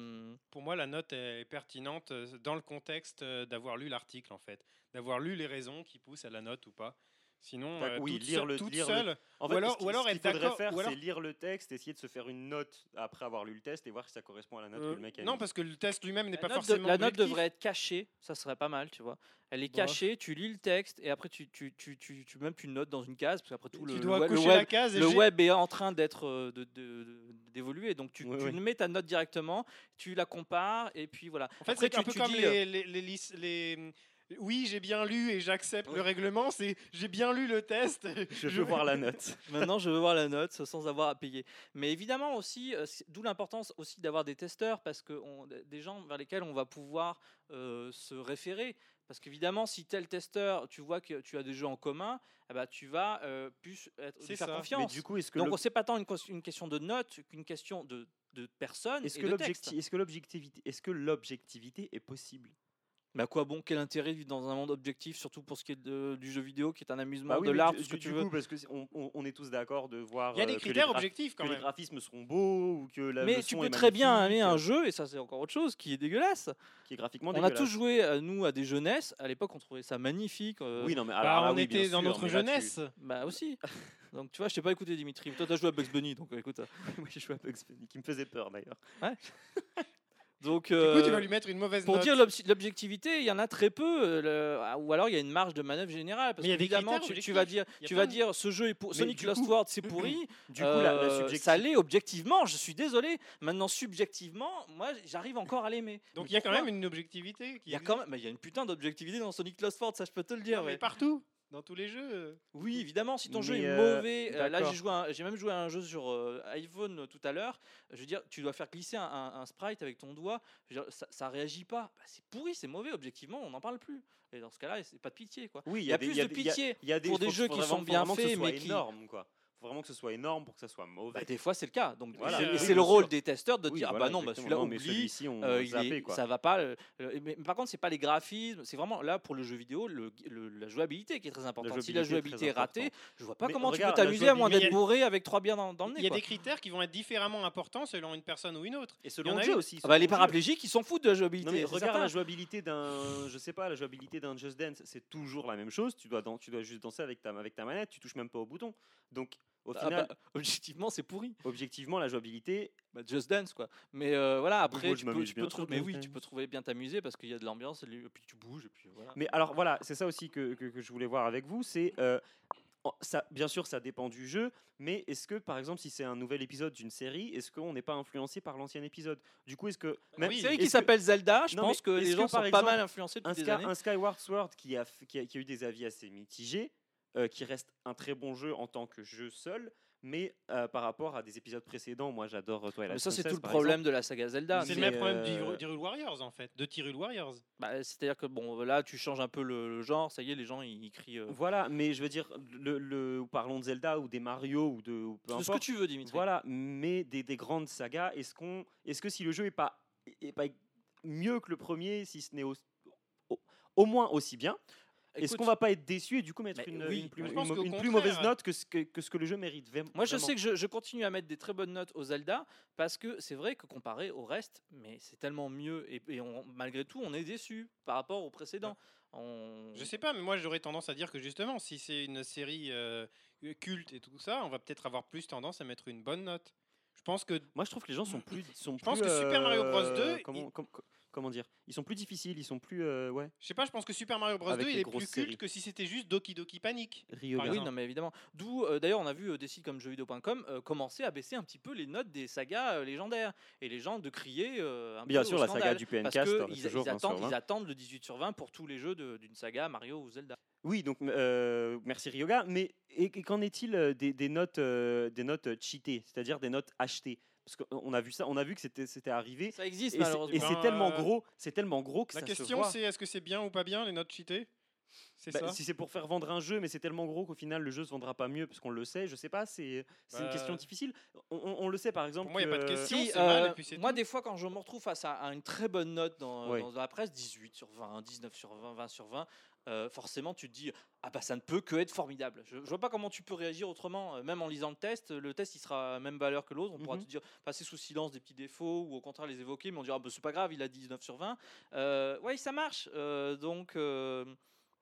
Pour moi, la note est pertinente euh, dans le contexte euh, d'avoir lu l'article en fait, d'avoir lu les raisons qui poussent à la note ou pas. Sinon,
Tac-
euh,
oui,
toute
lire
seule-
le-
toute
lire le-
seule.
En
Ou
fait,
alors-
ce qui-
ou alors
ce qu'il
être
faudrait
d'accord-
faire,
ou alors-
c'est lire le texte, essayer de se faire une note après avoir lu le test et voir si ça correspond à la note
Euh,
que le mec a
non,
mis.
parce que le test lui-même n'est
La
pas
note, de-
forcément.
la note
objectif.
devrait être cachée, ça serait pas mal, tu vois. Elle est
Bof.
cachée, tu lis le texte et après tu, tu, tu, tu, tu- même tu notes dans une case parce qu'après tout le,
Tu
le
dois
web, le
cocher
web-
la case et
le
j'ai-
web est en train d'être euh, de- de- de- d'évoluer, donc tu,
Oui,
tu
oui.
mets ta note directement, tu la compares et puis voilà.
En fait,
Après,
c'est un
tu-
peu
tu
comme
dis,
les, les, les lis- les- Oui, j'ai bien lu et j'accepte
Oui.
le règlement. C'est j'ai bien lu le test.
Je veux voir la note.
Maintenant, je veux voir la note sans avoir à payer. Mais évidemment aussi, euh, c'est- d'où l'importance aussi d'avoir des testeurs, parce que on- des gens vers lesquels on va pouvoir euh, se référer. Parce qu'évidemment, si tel testeur, tu vois que tu as des jeux en commun, eh ben, tu vas euh, plus être, lui
C'est
faire
ça. Mais
Mais
confiance.
du coup, est-ce que
Donc,
l'ob-
c'est pas tant une, cos- une question de notes qu'une question de, de personne
est-ce
et
que
de texte.
l'objecti- est-ce que l'objectivité est-ce que l'objectivité est possible
Mais à Bah, quoi bon Quel intérêt de vivre dans un monde objectif, surtout pour ce qui est de- du jeu vidéo, qui est un amusement,
Bah oui,
de
mais
l'art,
du-
tout ce que
du-
tu
du
veux
coup, parce que c'est- on, on- on est tous d'accord de voir
Il y a
euh,
des
que les
critères
graph-
objectifs
que
quand
les
même.
graphismes seront beaux ou que la le
Mais tu
son
peux
est
très bien
magnifique,
aimer un
euh,
jeu, et ça c'est encore autre chose, qui est dégueulasse.
qui est graphiquement
On a
dégueulasse.
tous joué, euh, nous, à des jeunesses. À l'époque, on trouvait ça magnifique. euh,
Oui, non, mais
Bah,
alors là,
on
Ah oui, bien
était dans
sûr,
notre
mais là, tu-
jeunesse.
Bah aussi. Donc, tu vois, je t'ai pas écouté, Dimitri. Toi, t'as joué à Bugs Bunny, donc euh, écoute.
Moi, j'ai joué à Bugs Bunny, qui me faisait peur d'ailleurs.
Donc,
Du coup, tu vas
euh,
lui mettre une mauvaise
pour
note.
dire l'obs- l'objectivité, il y en a très peu. euh, le- ah, Ou alors, il y a une marge de manœuvre générale. Parce
Mais il y a des
qu'évidemment,
critères
tu, tu vas dire,
Il y a
tu
plein
vas
de-
dire ce jeu est pour...
Mais
Sonic
du
Lost
coup-
World, c'est pourri.
Du coup, la, la
Euh,
subjecti-
Ça l'est objectivement, je suis désolé. Maintenant, subjectivement, moi, j'arrive encore à l'aimer.
Donc
Mais
il y a quand
pourquoi
même une objectivité. Qui
Il y a quand même, mais il y a une putain d'objectivité dans Sonic Lost World, ça je peux te le
existe.
dire.
Non, mais
ouais.
partout, dans tous les jeux.
Oui, évidemment, si ton jeu
Mais,
est
euh,
mauvais, euh, là
d'accord.
j'ai joué, à un- j'ai même joué à un jeu sur euh, iPhone euh, tout à l'heure. Je veux dire, tu dois faire glisser un, un- un sprite avec ton doigt. Je veux dire, ça, ça réagit pas. Bah, c'est pourri, c'est mauvais. Objectivement, on n'en parle plus. Et dans ce cas-là, c'est pas de pitié, quoi.
Oui, il
Il
y
y,
a,
a
des-
plus
il y a
de
des- il y a-
pitié.
il y a des,
pour des
faut-
jeux
faut
qui
vraiment-
sont
faut
bien
vraiment que ce
faits,
soit
mais qui-
énorme, quoi. Faut vraiment que ce soit énorme pour que ça soit mauvais.
Bah, des fois, c'est le cas. Donc,
Voilà.
et c'est-
Oui,
et c'est
bien
le rôle
sûr.
des testeurs de
Oui,
dire
voilà,
ah bah non, bah,
exactement.
celui-là
Non,
oublie.
mais celui-ci, on
Euh,
va
il est-
zapper, quoi.
ça va pas. euh, euh, mais, mais par contre, c'est pas les graphismes. C'est vraiment là pour le jeu vidéo, le- le- la jouabilité qui est très importante. si la
jouabilité est
jouabilité
très
est ratée,
importante.
je vois pas
Mais
comment
regarde,
tu peux
la
t'amuser à moins
jouabilité-
d'être bourré avec trois bières dans, dans le nez.
Il y a
quoi.
des critères qui vont être différemment importants selon une personne ou une autre. Il
Et
y
selon
en a
le
eu.
jeu aussi. hein.
Ah bah,
selon
les
le jeu.
paraplégiques, ils s'en foutent de la
Non,
jouabilité.
mais
c'est
regarde
certain.
la jouabilité d'un, je sais pas, la jouabilité d'un Just Dance, c'est toujours la même chose. Tu dois, dan- tu dois juste danser avec ta, avec ta manette, tu touches même pas au bouton. Donc, au
Ah
final,
bah, objectivement, c'est pourri.
objectivement, la jouabilité,
Bah, Just Dance, quoi. Mais euh, voilà, après,
moi,
tu
je
peux,
m'amuse
tu peux
bien
trouver-
trop
mais
bien,
oui,
quand
tu
même.
peux trouver bien t'amuser parce qu'il y a de l'ambiance, et puis tu bouges, et puis voilà.
Mais alors voilà, c'est ça aussi que, que- que je voulais voir avec vous, c'est euh, en- ça, bien sûr ça dépend du jeu, mais est-ce que par exemple si c'est un nouvel épisode d'une série, est-ce qu'on n'est pas influencé par l'ancien épisode Du coup est-ce que
Même
Oui.
série qui
est-ce que
s'appelle Zelda, je
Non,
pense
mais
que les
est-ce
gens
que,
sont
par
pas mal
exemple,
influencés
un,
depuis des
Ska-
années.
un Skyward Sword qui a, f- qui, a, qui a eu des avis assez mitigés, euh, qui reste un très bon jeu en tant que jeu seul, mais euh, par rapport à des épisodes précédents, moi j'adore euh, Twilight
Mais ça, c'est
Princess,
tout le
Bah, par
problème de la saga Zelda.
C'est
mais
le même problème
euh,
d'Hyrule Warriors en fait, de Tyrul Warriors.
Bah, C'est-à-dire que bon, là, tu changes un peu le, le genre, ça y est, les gens ils, ils crient. euh,
Voilà, mais je veux dire, le, le- parlons de Zelda ou des Mario ou de ou peu
de ce
importe.
que tu veux, Dimitri.
Voilà, mais des, des grandes sagas, est-ce qu'on, est-ce que si le jeu est pas, est pas mieux que le premier, si ce n'est au, au- au moins aussi bien, est-ce
Écoute,
qu'on va pas être déçu et du coup mettre
Mais
une,
oui,
une plus,
moi, je
une
pense
mau-
qu'au
une plus
contraire.
mauvaise note que ce que, que ce que le jeu mérite vraiment
Moi, je sais que je, je continue à mettre des très bonnes notes aux Zelda parce que c'est vrai que comparé au reste, mais c'est tellement mieux et, et on- malgré tout, on est déçu par rapport au précédent. On...
Je sais pas, mais moi j'aurais tendance à dire que justement, si c'est une série euh, culte et tout ça, on va peut-être avoir plus tendance à mettre une bonne note. Je pense que
Moi, je trouve que les gens sont plus, sont
Mmh. Je pense
plus,
que Super Mario Bros.
euh,
2,
comment,
il-
com- com- comment dire, ils sont plus difficiles, ils sont plus, euh, ouais,
Je sais pas, je pense que Super Mario Bros. 2
Avec les
il est plus
grosses
culte
séries.
que si c'était juste Doki Doki Panic.
Ryoga.
Par
Ah Oui,
exemple.
non, mais évidemment. D'où, euh, d'ailleurs, on a vu euh, des sites comme jeuxvideo.com euh, commencer à baisser un petit peu les notes des sagas euh, légendaires et les gens de crier. euh, un
Bien
peu
sûr,
au
la saga
scandale.
du
Parce
PNK,
que
c'est
ils,
toujours
ils
hein. 20 sur
attendent,
20.
ils attendent le 18 sur 20 pour tous les jeux de- d'une saga Mario ou Zelda.
Oui, donc euh, merci Ryoga. Mais et, et qu'en est-il euh, des, des notes, euh, des notes euh, cheatées, c'est-à-dire des notes achetées Parce qu'on a vu ça, on a vu que c'était, c'était arrivé.
Ça existe
Et c'est, et
malheureusement.
c'est
Ben,
tellement
euh,
gros, c'est tellement gros que
La
ça se
question
voit.
c'est est-ce que c'est bien ou pas bien les notes cheatées C'est
Bah,
ça
si c'est pour faire vendre un jeu, mais c'est tellement gros qu'au final le jeu se vendra pas mieux parce qu'on le sait. Je sais pas, c'est, c'est une
Bah,
question difficile. On, on- on le sait par exemple.
pour moi, y a pas de
que-
question.
Si,
c'est mal,
euh,
et puis c'est
moi,
tout.
des fois, quand je me retrouve face à, à une très bonne note dans, euh,
Ouais.
dans la presse, 18 sur 20, 19 sur 20, 20 sur 20, euh, forcément, tu te dis Ah, bah, ça ne peut que être formidable. Je, je vois pas comment tu peux réagir autrement. Euh, Même en lisant le test, le test, il sera à même valeur que l'autre. On pourra
Mhm.
te dire passer sous silence des petits défauts ou au contraire les évoquer, mais on dira Ah, bah, C'est pas grave, il a 19 sur 20. Euh, ouais, ça marche. Euh, donc. euh,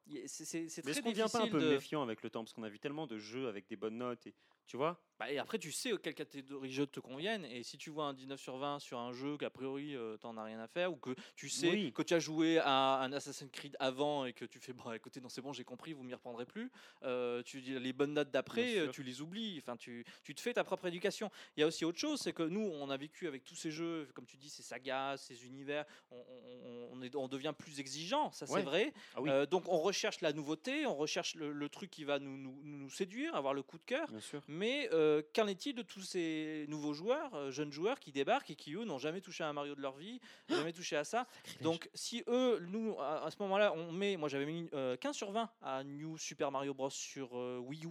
y- c'est- C'est c'est
Mais
très
est-ce qu'on
difficile.
devient pas un peu
de-
méfiant avec le temps Parce qu'on a vu tellement de jeux avec des bonnes notes. Et, tu vois
Bah, et après, tu sais quelles catégories jeux te conviennent. Et si tu vois un 19 sur 20 sur un jeu qu'a priori euh, t'en as rien à faire, ou que tu sais
Oui.
que tu as joué à un Assassin's Creed avant et que tu fais bah écoutez, non, c'est bon, j'ai compris, vous m'y reprendrez plus. euh, tu dis les bonnes notes d'après,
Bien
euh,
sûr.
tu les oublies. Enfin, tu, tu te fais ta propre éducation. Il y a aussi autre chose, c'est que nous, on a vécu avec tous ces jeux, comme tu dis, ces sagas, ces univers, on, on- on est, on devient plus exigeant, ça
Ouais.
c'est vrai.
Ah oui.
Euh, donc on recherche la nouveauté, on recherche le, le truc qui va nous, nous- nous séduire, avoir le coup de cœur.
Bien sûr.
Mais euh, qu'en est-il de tous ces nouveaux joueurs, euh, jeunes joueurs qui débarquent et qui, eux, n'ont jamais touché à un Mario de leur vie,
Ah
jamais touché à ça Donc, si eux, nous, à, à ce moment-là, on met, moi j'avais mis euh, 15 sur 20 à New Super Mario Bros. sur euh, Wii U,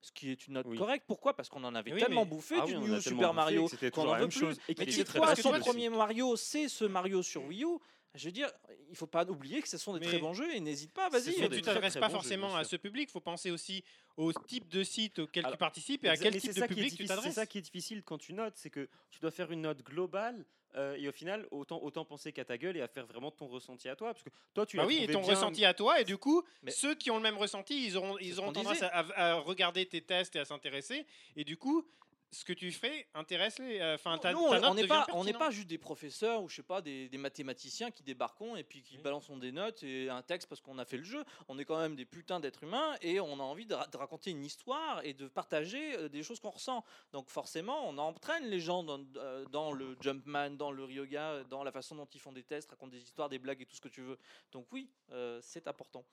ce qui est une note
Oui.
correcte. Pourquoi Parce qu'on en avait
Mais oui,
tellement
mais-
bouffé
Ah
du
oui, on en a
New
tellement
Super
bouffé
Mario.
que C'était
qu'on
toujours
en
la
veut
même chose. Et
Mais
qu'il
tu
était très
crois que
facile
le
aussi.
premier Mario, c'est ce Mario sur Wii U Je veux dire, il faut pas oublier que ce sont des
Mais-
très bons jeux et n'hésite pas,
Ce
vas-y.
sont
Mais
des
tu
très,
t'adresses
très
pas
bons jeux,
forcément
bien
à
sûr.
ce public. Il faut penser aussi au type de site auquel
Alors,
tu participes et à
Exa-
quel
mais
type
c'est
de
ça qui est
public tu
difficile- C'est
t'adresses.
ça qui est difficile quand tu notes, c'est que tu dois faire une note globale euh, et au final, autant, autant penser qu'à ta gueule et à faire vraiment ton ressenti à toi. Parce que toi, tu
Bah
l'as
oui, et
trouvé
ton
bien,
ressenti à toi, et du coup,
Mais-
ceux qui ont le même ressenti, ils auront,
C'est
ils
ce
auront
qu'on
tendance
disait.
à, à regarder tes tests et à s'intéresser, et du coup, ce que tu ferais intéresse les. Enfin,
Non,
ta,
nous,
ta
on-
note
on n'est
devient
pas, on n'est
pertinente.
pas juste des professeurs ou je sais pas des, des mathématiciens qui débarquons et puis qui
Oui.
balançons des notes et un texte parce qu'on a fait le jeu. On est quand même des putains d'êtres humains et on a envie de, ra- de raconter une histoire et de partager euh, des choses qu'on ressent. Donc forcément, on entraîne les gens dans, euh, dans le Jumpman, dans le Ryoga, euh, dans la façon dont ils font des tests, racontent des histoires, des blagues et tout ce que tu veux. Donc oui, euh, c'est important.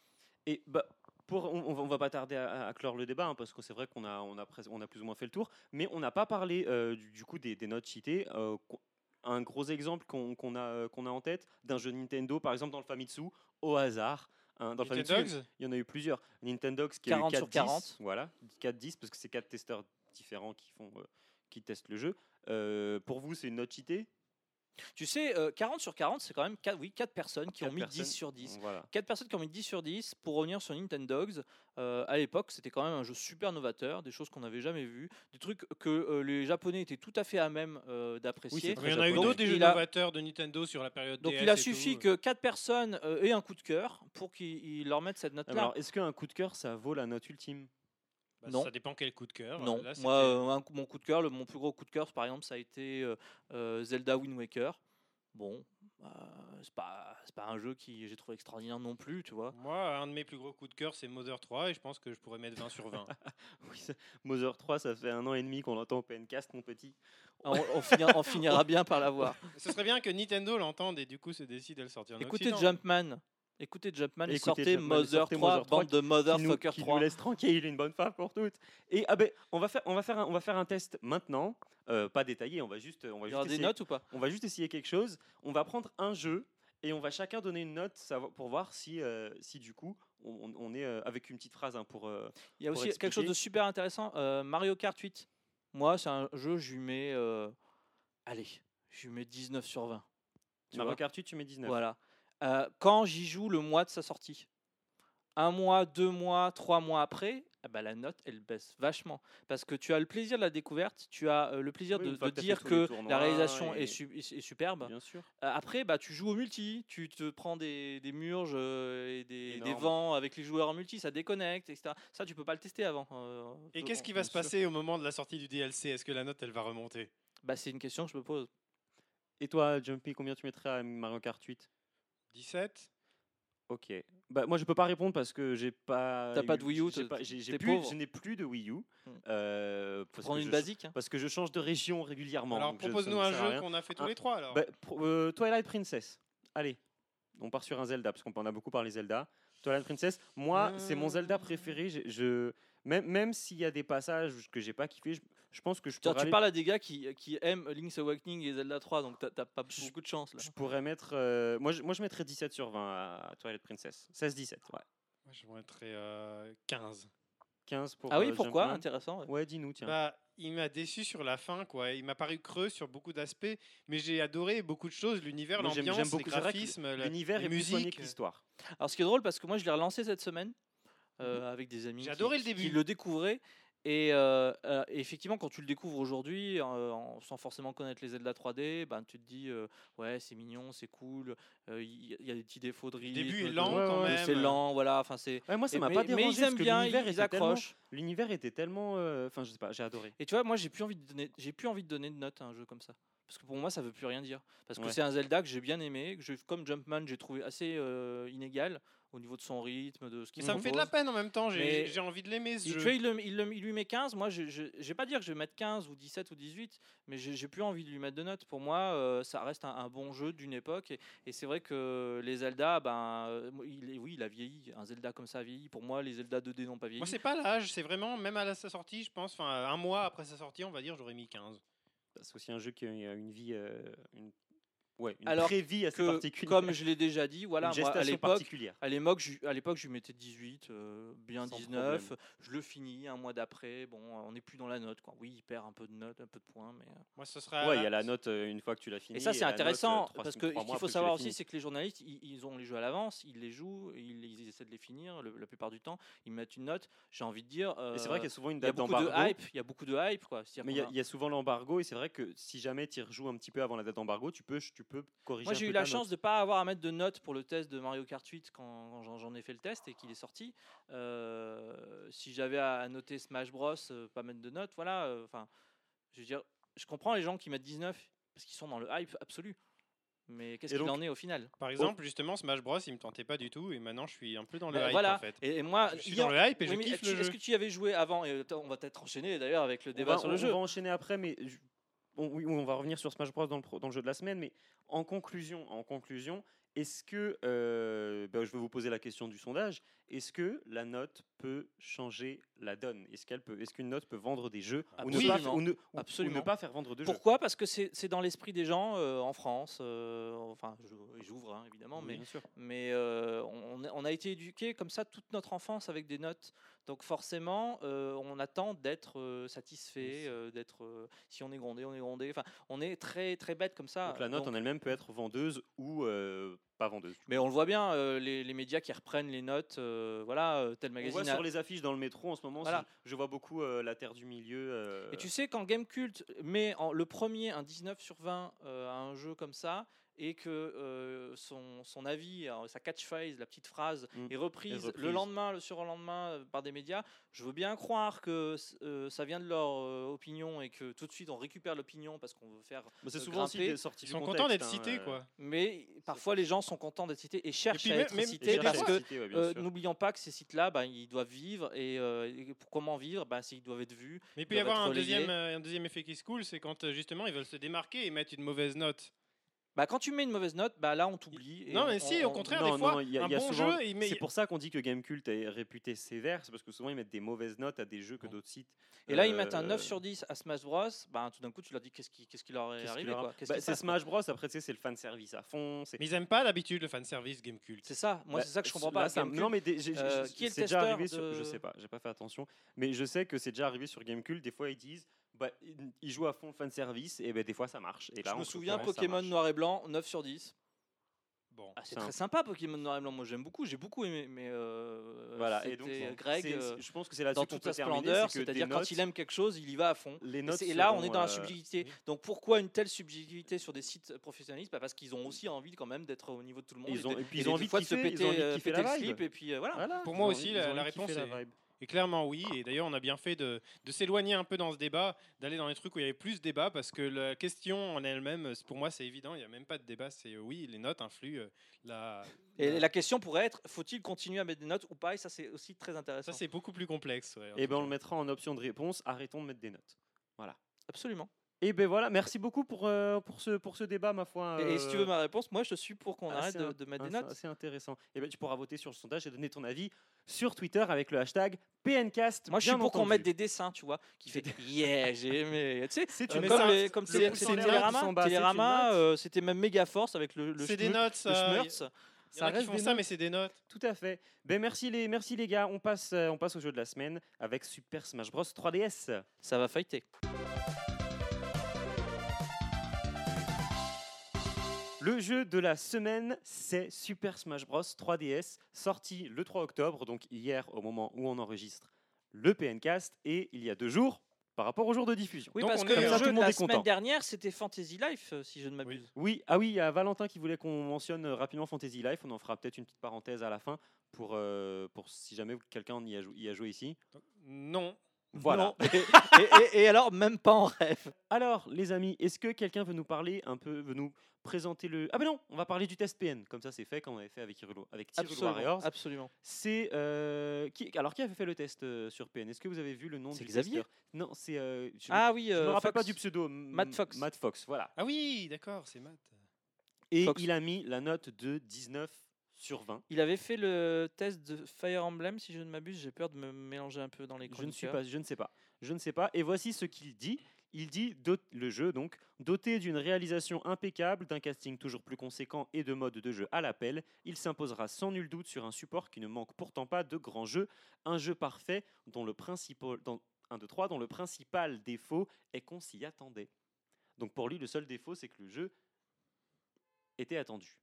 Et bah, pour, on, on va- on va pas tarder à, à- à clore le débat, hein, parce que c'est vrai qu'on a, on a, pres- on a plus ou moins fait le tour, mais on n'a pas parlé euh, du, du coup des, des notes cheatées. euh, qu'on- un gros exemple qu'on qu'on a, euh, qu'on a en tête d'un jeu Nintendo, par exemple dans le Famitsu, au hasard. hein, dans le
Nintendo
Famitsu,
Dogs
il y en a eu plusieurs. Nintendo qui
40
a eu
sur 40.
Voilà, 4-10, parce que c'est 4 testeurs différents qui, font, euh, qui testent le jeu. Euh, pour vous, c'est une note cheatée
Tu sais, euh, 40 sur 40, c'est quand même 4, oui, 4 personnes qui ont
Quatre
mis
personnes.
10 sur 10.
Voilà.
4 personnes qui ont mis 10 sur 10 pour revenir sur Nintendo Dogs. euh, à l'époque, c'était quand même un jeu super novateur, des choses qu'on n'avait jamais vues, des trucs que euh, les Japonais étaient tout à fait à même euh, d'apprécier.
très
Il y en a eu
japonais.
d'autres des
Donc,
jeux
il a-
novateurs de Nintendo sur la période
Donc
DS
il a
et
suffi
tout.
que 4 personnes euh, aient un coup de cœur pour qu'ils ils leur mettent cette
Ah,
note-là.
mais Alors, est-ce qu'un coup de cœur, ça vaut la note ultime
Bah,
non.
Ça dépend quel coup de cœur.
Non,
Là, c'était-
moi, euh, un coup- mon coup de cœur, le, mon plus gros coup de cœur, par exemple, ça a été euh, euh, Zelda Wind Waker. Bon, euh, c'est pas, c'est pas un jeu qui j'ai trouvé extraordinaire non plus, tu vois.
Moi, un de mes plus gros coups de cœur, c'est Mother 3, et je pense que je pourrais mettre 20 sur 20.
Oui, ça- Mother 3, ça fait un an et demi qu'on l'entend au PNcast, mon petit.
On, on finira, on finira bien par l'avoir.
Ce serait bien que Nintendo l'entende et du coup se décide à le sortir en
Écoutez
Occident.
Jumpman. Écoutez Jumpman et
Écoutez
sortez
Jumpman et
Mother
sortez
3,
Mother 3,
bande de
qui nous,
Motherfucker
qui nous
3.
laisse tranquille une bonne fois pour toutes. Et ah ben, on va faire, on va faire, un, on va faire un test maintenant, euh, pas détaillé. On va juste, on va
Il y aura
juste
des
essayer,
notes ou pas
on va juste essayer quelque chose. On va prendre un jeu et on va chacun donner une note savo- pour voir si, euh, si du coup, on, on- on est euh, avec une petite phrase hein, pour. euh,
Il y a
pour
aussi quelque chose de super intéressant. euh, Mario Kart 8. Moi, c'est un jeu, je lui mets. euh, allez, je lui mets 19 sur 20. Tu
Mario
vois
Kart 8, tu mets 19.
Voilà. Euh, quand j'y joue le mois de sa sortie, un mois, deux mois, trois mois après, ah bah, la note, elle baisse vachement. Parce que tu as le plaisir de la découverte, tu as euh, le plaisir
Oui,
de,
une fois
de
que t'as fait
dire
tous les
que
tournois
la réalisation
et-
est, su- est superbe.
Bien sûr.
Euh, Après, bah, tu joues au multi, tu te prends des, des murges euh, et des, des
Énorme.
vents avec les joueurs en multi, ça déconnecte, etc. Ça, tu peux pas le tester avant. euh,
Et
je-
qu'est-ce qui
on-
va
on
se
sûr.
passer au moment de la sortie du DLC Est-ce que la note, elle va remonter
bah, C'est une question que je me pose.
Et toi, Jumpy, combien tu mettrais à Mario Kart 8
17
Ok. Bah, moi, je peux pas répondre parce que j'ai pas.
T'as pas
eu-
de Wii U,
j'ai
t'es-
pas- j'ai- j'ai
t'es
plus-
pauvre.
Je n'ai plus de Wii U.
Hmm.
euh, parce que
Prendre une
je-
basique. hein.
Parce que je change de région régulièrement.
Alors
donc je- ça
propose-nous
ne
un
sert à
jeu
rien.
qu'on a fait tous
Ah,
les trois alors.
Bah, pro- euh, Twilight Princess. Allez, on part sur un Zelda, parce qu'on en a beaucoup parlé Zelda. Twilight Princess, moi, c'est mon
Euh.
Zelda préféré. Je, je- même même s'il y a des passages que j'ai pas kiffé, je, je pense que je
Tiens, tu
pourrais, aller-
parles à des gars qui, qui aiment Link's Awakening et Zelda 3, donc t'as t'as pas beaucoup de chance. Là.
je pourrais mettre. euh, moi, je, moi, je mettrais 17 sur 20 à, à Twilight Princess. 16-17, ouais.
Moi, Je mettrais euh, 15.
15 pour.
Ah oui,
euh,
pourquoi
Jumpman.
Intéressant. ouais.
Ouais, dis-nous, tiens.
Bah, il m'a déçu sur la fin quoi. Il m'a paru creux sur beaucoup d'aspects, mais j'ai adoré beaucoup de choses, l'univers,
Moi, j'aime- j'aime
l'ambiance, les
beaucoup. C'est vrai que
graphismes, la-
L'univers
les
est plus soigné
musiques.
que l'histoire.
Alors, ce qui est drôle, parce que moi, je l'ai relancé cette semaine euh, avec des amis
Mhm. J'ai
qui-
adoré le
qui
début.
le découvraient. Et euh, euh, et effectivement, quand tu le découvres aujourd'hui, euh, en- sans forcément connaître les aides de la 3D, ben, tu te dis euh, ouais, c'est mignon, c'est cool, euh, il y, a des petits défauts de
Le
rythme.
début est
de-
lent
ouais,
quand
ouais,
même.
C'est lent, voilà. Enfin, c'est.
Ouais, moi, ça
et-
m'a
mais-
pas
Mais
dérangé.
ils aiment
parce que
bien,
l'univers
ils
était tellement-
accrochent.
L'univers était tellement. euh, Enfin, je sais pas, j'ai adoré.
Et tu vois, moi j'ai plus envie de donner, j'ai plus envie de donner de notes à un jeu comme ça. Parce que pour moi, ça veut plus rien dire. Parce que
Ouais.
c'est un Zelda que j'ai bien aimé, que je, comme Jumpman, j'ai trouvé assez euh, inégal au niveau de son rythme, de ce
Mais
qu'il
ça me fait de la
propose.
peine en même temps, j'ai
Mais-
j'ai envie de l'aimer ce
Il, tu
jeu.
vois, il, le- il le- il lui met 15, moi je, je, je vais pas dire que je vais mettre 15 ou 17 ou 18, mais j'ai j'ai plus envie de lui mettre de notes. Pour moi, euh, ça reste un, un bon jeu d'une époque. Et, et c'est vrai que les Zelda, ben, euh, il, est- oui, il a vieilli. Un Zelda comme ça a vieilli. Pour moi, les Zelda 2D n'ont pas vieilli.
Moi, c'est pas l'âge, c'est vraiment, même à la- sa sortie, je pense, enfin, un mois après sa sortie, on va dire, j'aurais mis 15.
C'est aussi un jeu qui a une vie. euh, une... Ouais, une
Alors
pré-vie assez
que,
particulière.
comme je l'ai déjà dit,
une
voilà, moi, à
gestation
l'époque,
particulière.
À l'époque, je, à l'époque, je lui mettais 18, euh, bien
Sans
19. Je le finis un mois d'après. Bon, on n'est plus dans la note. Quoi. Oui, il perd un peu de notes, un peu de points. Mais... euh.
Moi, ce sera.
Ouais, il y a la note euh, une fois que tu l'as fini.
Et ça, c'est
la note, euh,
intéressant.
trois
parce
sem-
que
trois
ce
mois
qu'il faut
après tu l'as
savoir
fini.
aussi, c'est que les journalistes, ils, ils ont les jeux à l'avance. Ils les jouent, ils, ils essaient de les finir. le- la plupart du temps, ils mettent une note. J'ai envie de dire.
Mais c'est
euh,
vrai qu'il y a souvent une
il y a
date
beaucoup de
d'embargo.
hype. Il y a beaucoup de hype. Quoi. C'est-à-dire
Mais il y,
qu'on
a-
a-
il y a souvent l'embargo et c'est vrai que si jamais tu y rejoues un petit peu avant la date d'embargo, tu peux, tu peux corriger.
Moi,
un
j'ai
peu
eu la
ta note.
chance de ne pas avoir à mettre de notes pour le test de Mario Kart 8 quand, quand j'en- j'en ai fait le test et qu'il est sorti. Euh, si j'avais à à noter Smash Bros, euh, pas mettre de notes, voilà. euh, Enfin, je veux dire, je comprends les gens qui mettent 19 parce qu'ils sont dans le hype absolu. Mais qu'est-ce
Et
qu'il
donc-
en est au final
Par exemple, justement, Smash Bros, il me tentait pas du tout, et maintenant, je suis un peu dans le
Bah,
Ben,
hype
Voilà.
en fait.
Et, et moi,
Ah,
Je suis
hier-
dans le hype et
Oui,
je
mais
kiffe
tu-
le
est-ce
jeu.
que tu y avais joué avant Et attends, on va peut-être enchaîner d'ailleurs avec le
On
débat
va-
sur
on-
le jeu.
On va enchaîner après, mais je- on, oui, on va revenir sur Smash Bros dans le, pro- dans le jeu de la semaine. Mais en conclusion, en conclusion, est-ce que euh, ben, je vais vous poser la question du sondage Est-ce que la note peut changer la donne Est-ce qu'elle peut Est-ce qu'une note peut vendre des jeux ou ne, pas,
Absolument.
ou ne- ou- ou
Absolument.
ne pas faire vendre de jeux
Pourquoi Parce que c'est c'est dans l'esprit des gens euh, en France. euh, enfin, je- j'ouvre hein, évidemment,
Oui,
mais
bien sûr.
mais euh, on, on a été éduqué comme ça toute notre enfance avec des notes. Donc forcément, euh, on attend d'être euh, satisfait, euh, d'être euh, si on est grondé, on est grondé. Enfin, on est très très bête comme ça.
Donc la note
Ah, Donc-
en elle-même peut être vendeuse ou euh, pas vendeuse.
mais on le voit bien, euh, les, les médias qui reprennent les notes, euh, voilà, euh, tel
On
magazine.
voit
a-
sur les affiches dans le métro en ce moment,
Voilà.
je, je vois beaucoup euh, la Terre du Milieu. euh,
Et tu sais, quand Gamecult met en- le premier, un 19 sur 20 euh, à un jeu comme ça, et que euh, son, son avis, euh, sa catchphrase, la petite phrase,
Mm.
est, reprise
Est reprise.
le lendemain, le surlendemain euh, par des médias, je veux bien croire que euh, ça vient de leur euh, opinion et que tout de suite on récupère l'opinion parce qu'on veut faire.
Mais bah, c'est
euh,
souvent aussi
grimper.
des
Ils
sorties du
sont
contexte,
contents d'être
hein,
cités,
euh,
quoi.
Mais parfois les gens sont contents d'être cités et cherchent
puis
à
même-
être
même-
et
cités
mais
cherchent à
parce
être
que
cités, ouais, bien
euh,
sûr.
n'oublions pas que ces sites-là, ben, ils doivent vivre et, euh, et pour comment vivre, ben, c'est qu'ils doivent être vus.
Mais il peut
doivent
y avoir
être
un deuxième,
relayés.
euh, un deuxième effet qui se coule, c'est quand euh, justement ils veulent se démarquer et mettre une mauvaise note.
Bah, quand tu mets une mauvaise note, bah, là on t'oublie. et
non,
on-
mais si,
on-
au
on-
contraire,
non,
des
non,
fois,
non, il y a-
un
il y a
bon
souvent-
jeu, il met.
C'est pour ça qu'on dit que Gamecult est réputé sévère, c'est parce que souvent ils mettent des mauvaises notes à des jeux que d'autres sites.
Et là, ils mettent un
euh,
9 sur 10 à Smash Bros. Ben, tout d'un coup, tu leur dis qu'est-ce qui, qu'est-ce qui leur est
qu'est-ce qu'il
arrivé.
leur a-
quoi, qu'est-ce
Bah,
qui se
c'est
passe, quoi.
Smash Bros, après tu sais, c'est le fanservice à fond. c'est-
Mais ils aiment pas d'habitude le fanservice Game Cult.
C'est ça, moi,
Bah,
c'est ça que je comprends
là,
pas.
ça-
Gamecube,
non, mais des- j'ai- j'ai-
euh, qui est le
c'est déjà
testeur
arrivé sur. Je
de-
sais pas, j'ai pas fait attention. Mais je sais que c'est déjà arrivé sur Gamecult. Des fois, ils disent. Bah, ils- ils jouent à fond le fanservice, et ben, des fois ça marche. Et là,
je
en
me souviens
l'occurrence, ça
Pokémon
marche.
Noir et Blanc, 9 sur 10.
Bon.
Ah, c'est
C'est un-
très sympa Pokémon Noir et Blanc, moi j'aime beaucoup, j'ai beaucoup aimé. Mais euh,
Voilà, et donc
c'était
c'est-
Greg,
c'est-
euh,
je pense que c'est là-dessus
dans
qu'on
toute
peut
sa
terminer,
splendeur,
c'est que des
c'est-à-dire
notes-
quand il aime quelque chose, il y va à fond.
les
Et
notes.
c'est- Et là, on
seront,
est dans la
euh,
subjectivité.
oui.
Donc pourquoi une telle subjectivité sur des sites professionnalistes Bah, Parce qu'ils ont aussi envie quand même d'être au niveau de tout le monde.
Ils
et
ont,
de-
et puis
et
ils
des
ont envie de
fois
kiffer,
se péter,
ils ont envie de
euh,
kiffer
péter
la
le
vibe.
slip et puis euh, voilà.
Voilà,
Pour
ils
moi
ont
aussi,
envie-
la-
ils ont
la
envie de kiffer
réponse
la vibe.
Et clairement, oui. Et d'ailleurs, on a bien fait de, de s'éloigner un peu dans ce débat, d'aller dans les trucs où il y avait plus de débat, parce que la question en elle-même, c'est- pour moi, c'est évident, il n'y a même pas de débat. C'est euh, oui, les notes influent. euh, La,
Et
Bah.
la-
la question pourrait être faut-il continuer à mettre des notes ou pas Et ça, c'est aussi très intéressant.
Ça, c'est beaucoup plus complexe. ouais, en
Et
tout
ben on le
cas.
mettra en option de réponse. Arrêtons de mettre des notes.
Absolument.
Et ben voilà, merci beaucoup pour, euh, pour, ce, pour ce débat, ma foi.
Et, et si tu
euh,
veux ma réponse, moi, je suis pour qu'on
Ah,
arrête
c'est
de,
un-
de mettre des
Ah,
notes.
C'est assez intéressant. Et ben, tu pourras voter sur le sondage et donner ton avis sur Twitter avec le hashtag PNCast.
Moi, je suis
bien
pour qu'on
entendu.
mette des dessins, tu vois, qui fait yeah, j'ai aimé. Tu sais,
C'est
euh,
une
comme,
note.
les- comme
Le
c'est-
pouce en
c'était
l'air, le pouce
Télérama,
en bas, c'est une
Télérama,
note.
euh, c'était même méga force avec le, le
C'est des
schmuck-
notes,
le
ça.
schmurz.
Il y en
Ça
a qui
reste
font
des
ça,
notes.
mais c'est des notes.
Tout à fait. Ben, merci, les, merci les gars. On passe, euh, on passe au jeu de la semaine avec Super Smash Bros 3DS.
Ça va fighter.
Le jeu de la semaine, c'est Super Smash Bros 3DS, sorti le 3 octobre, donc hier au moment où on enregistre le PNcast et il y a deux jours par rapport au jour de diffusion.
Oui,
Donc,
parce
on
que
est-
le
comme ça,
tout
jeu
le
de
monde
la
est
semaine
content.
dernière, c'était Fantasy Life, euh, si je ne m'abuse.
Oui, ah oui, il y a Valentin qui voulait qu'on mentionne euh, rapidement Fantasy Life. On en fera peut-être une petite parenthèse à la fin pour, euh, pour si jamais quelqu'un y, a jou- y a joué ici.
Non.
Voilà.
Et, et- et alors, même pas en rêve.
Alors, les amis, est-ce que quelqu'un veut nous parler un peu, veut nous présenter le. Ah ben non, on va parler du test PN. Comme ça, c'est fait, comme on avait fait avec Hyrule- avec Hyrule
Absolument.
Warriors.
absolument.
C'est. euh, qui... Alors, qui avait fait le test euh, sur PN Est-ce que vous avez vu le nom
C'est
du
Xavier
testeur Non, c'est. euh, je
Ah oui,
je me
euh,
rappelle
Fox.
pas du pseudo. M-
Matt Fox.
Matt Fox, voilà.
Ah oui, d'accord, c'est Matt.
Et
Fox.
il a mis la note de 19 sur 20.
Il avait fait le test de Fire Emblem, si je ne m'abuse. J'ai peur de me mélanger un peu dans les
Je ne suis
chroniqueurs.
pas, je ne sais pas, je ne sais pas. Et voici ce qu'il dit. Il dit dot- le jeu donc doté d'une réalisation impeccable, d'un casting toujours plus conséquent et de modes de jeu à l'appel, il s'imposera sans nul doute sur un support qui ne manque pourtant pas de grands jeux, un jeu parfait dont le principal dans 1 2 3 dont le principal défaut est qu'on s'y attendait. Donc pour lui le seul défaut c'est que le jeu était attendu.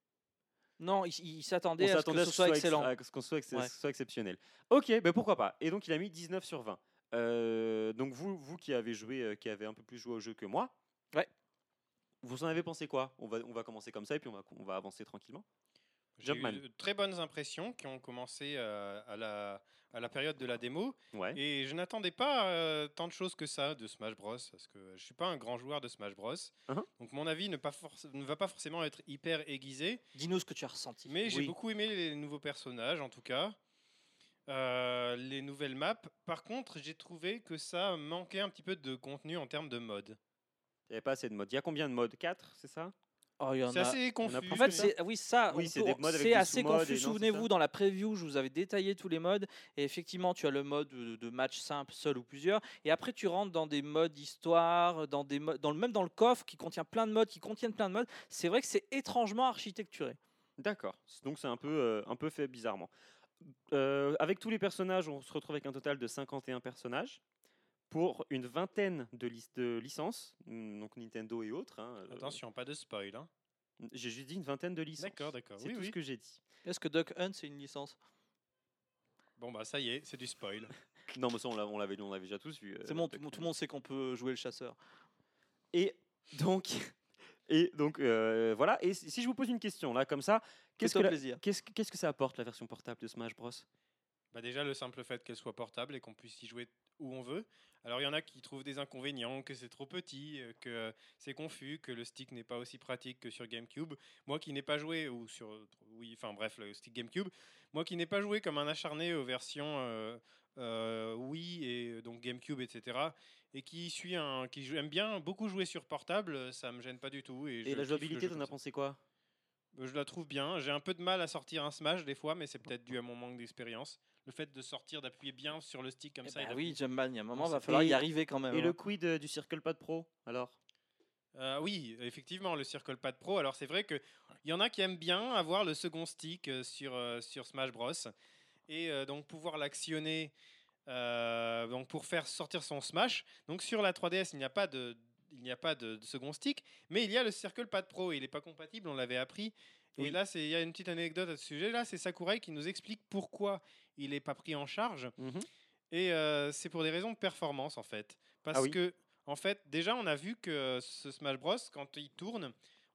Non, il, il s'attendait
On
à ce
s'attendait
que ce soit
ex-
excellent.
à ce qu'on soit, ex-
Ouais.
ce soit exceptionnel. Ok, ben pourquoi pas. Et donc il a mis 19 sur 20. Euh, donc vous, vous qui avez joué, euh, qui avez un peu plus joué au jeu que moi,
Ouais.
Vous en avez pensé quoi on va, on va commencer comme ça et puis on va, on va avancer tranquillement.
J'ai
Jumpman.
eu de très bonnes impressions qui ont commencé euh, à, la, à la période de la démo.
Ouais.
Et je n'attendais pas euh, tant de choses que ça de Smash Bros. Parce que je ne suis pas un grand joueur de Smash Bros.
Uh-huh.
Uhum.
Donc mon avis ne, pas forc- ne va pas forcément être hyper aiguisé.
Dis-nous ce que tu as ressenti.
Mais j'ai
Oui.
beaucoup aimé les nouveaux personnages, en tout cas. Euh, les nouvelles maps. Par contre, j'ai trouvé que ça manquait un petit peu de contenu en termes de mode.
Il n'y avait pas assez de modes. Il y a combien de modes 4, c'est ça
Oh, il y en
C'est
a-
assez
en a
confus.
plus
En fait,
que ça.
c'est oui ça.
Oui,
on
c'est
peut-
des modes avec
c'est
des
assez
sous-modes et
confus.
non, c'est ça.
Souvenez-vous, dans la preview, je vous avais détaillé tous les modes. Et effectivement, tu as le mode euh, de, de match simple, seul ou plusieurs. Et après, tu rentres dans des modes histoire, dans des modes, dans le même dans le coffre qui contient plein de modes, qui contiennent plein de modes. C'est vrai que c'est étrangement architecturé.
D'accord. Donc c'est un peu, euh, un peu fait bizarrement. Euh, avec tous les personnages, on se retrouve avec un total de 51 personnages pour une vingtaine de, lis- de licences, mm, donc Nintendo et autres. hein, euh,
Attention, pas de spoil. hein.
J'ai juste dit une vingtaine de licences.
D'accord, d'accord.
C'est
Oui,
tout
oui.
ce que j'ai dit.
Est-ce que Duck Hunt c'est une licence
Bon, bah ça y est, c'est du spoil.
Non, mais ça, on l'a- on l'avait on l'avait déjà tous vu. euh,
C'est bon, tout
Duck
tout
Hunt.
le monde sait qu'on peut jouer le chasseur.
Et donc, et donc euh, voilà. Et si si je vous pose une question, là, comme ça, qu'est-ce
Qu'est-ce
que, la-
plaisir
qu'est-ce que- qu'est-ce que ça apporte, la version portable de Smash Bros
Bah déjà, le simple fait qu'elle soit portable et qu'on puisse y jouer où on veut. Alors, il y en a qui trouvent des inconvénients, que c'est trop petit, euh, que c'est confus, que le stick n'est pas aussi pratique que sur GameCube. Moi qui n'ai pas joué, ou sur. Oui, enfin bref, le stick GameCube. Moi qui n'ai pas joué comme un acharné aux versions euh, euh, Wii et euh, donc GameCube, etc. Et qui, suis un, qui joue- aime bien beaucoup jouer sur portable, euh, ça me gêne pas du tout. Et, je
Et
kiffe le
la jouabilité,
jeu
t'en
comme
as
ça.
pensé quoi
Euh, Je la trouve bien. J'ai un peu de mal à sortir un Smash des fois, mais c'est peut-être dû à mon manque d'expérience. Le fait de sortir, d'appuyer bien sur le stick comme
Eh
ça. et
ben
de-
oui, Jumpman, il y a un moment,
Non,
va
c'est-
falloir
Et-
y arriver quand même.
Et
hein.
le quid euh, du Circle Pad Pro Alors
Euh, oui, effectivement, le Circle Pad Pro. Alors c'est vrai qu'il y en a qui aiment bien avoir le second stick euh, sur, euh, sur Smash Bros. Et euh, donc pouvoir l'actionner euh, donc pour faire sortir son Smash. Donc sur la 3DS, il n'y a pas de... Il n'y a pas de, de second stick, mais il y a le Circle Pad Pro. Il n'est pas compatible, on l'avait appris. Et
Oui.
là, c'est- il y a une petite anecdote à ce sujet. Là, c'est Sakurai qui nous explique pourquoi il n'est pas pris en charge.
Mm-hmm.
Et euh, c'est pour des raisons de performance en fait. Parce
Ah oui.
que, en fait, déjà, on a vu que euh, ce Smash Bros, quand il tourne,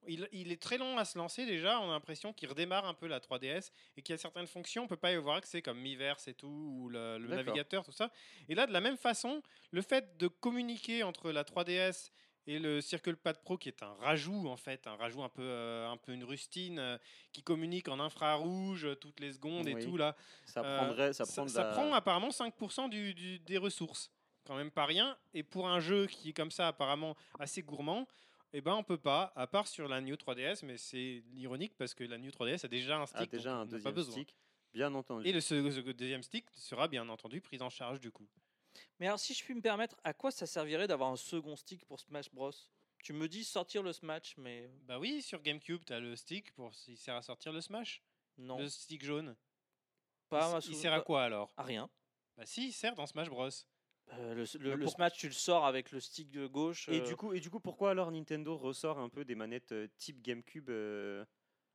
il, il est très long à se lancer déjà. On a l'impression qu'il redémarre un peu la 3DS et qu'il y a certaines fonctions, on ne peut pas y avoir accès, comme Miiverse et tout, ou le, le
D'accord.
navigateur, tout ça. Et là, de la même façon, le fait de communiquer entre la 3DS et le Circle Pad Pro, qui est un rajout en fait, un rajout un peu, euh, un peu une rustine, euh, qui communique en infrarouge euh, toutes les secondes et
Oui.
tout là.
Ça
Euh,
prendrait. ça, prend
Ça,
de
ça
la-
prend apparemment 5% du, du- des ressources. Quand même pas rien. Et pour un jeu qui est comme ça apparemment assez gourmand, eh ben on peut pas, à part sur la New 3DS, mais c'est ironique parce que la New 3DS a déjà un stick.
Ah, déjà
donc
un
on n'a pas
deuxième
besoin.
stick. Bien entendu.
Et le, ce- ce deuxième stick sera bien entendu pris en charge du coup.
Mais alors, si je puis me permettre, à quoi ça servirait d'avoir un second stick pour Smash Bros Tu me dis sortir le Smash, mais
Bah oui, sur GameCube, t'as le stick pour il sert à sortir le Smash,
non.
le stick jaune.
pas
il,
ma
s- il
sou-
sert à
pas-
quoi alors
À rien.
Bah si, il sert dans Smash Bros.
Euh, le le-
Mais
le
pour-
Smash, tu le sors avec le stick de gauche.
Et
euh,
du coup, et du coup, pourquoi alors Nintendo ressort un peu des manettes euh, type GameCube euh,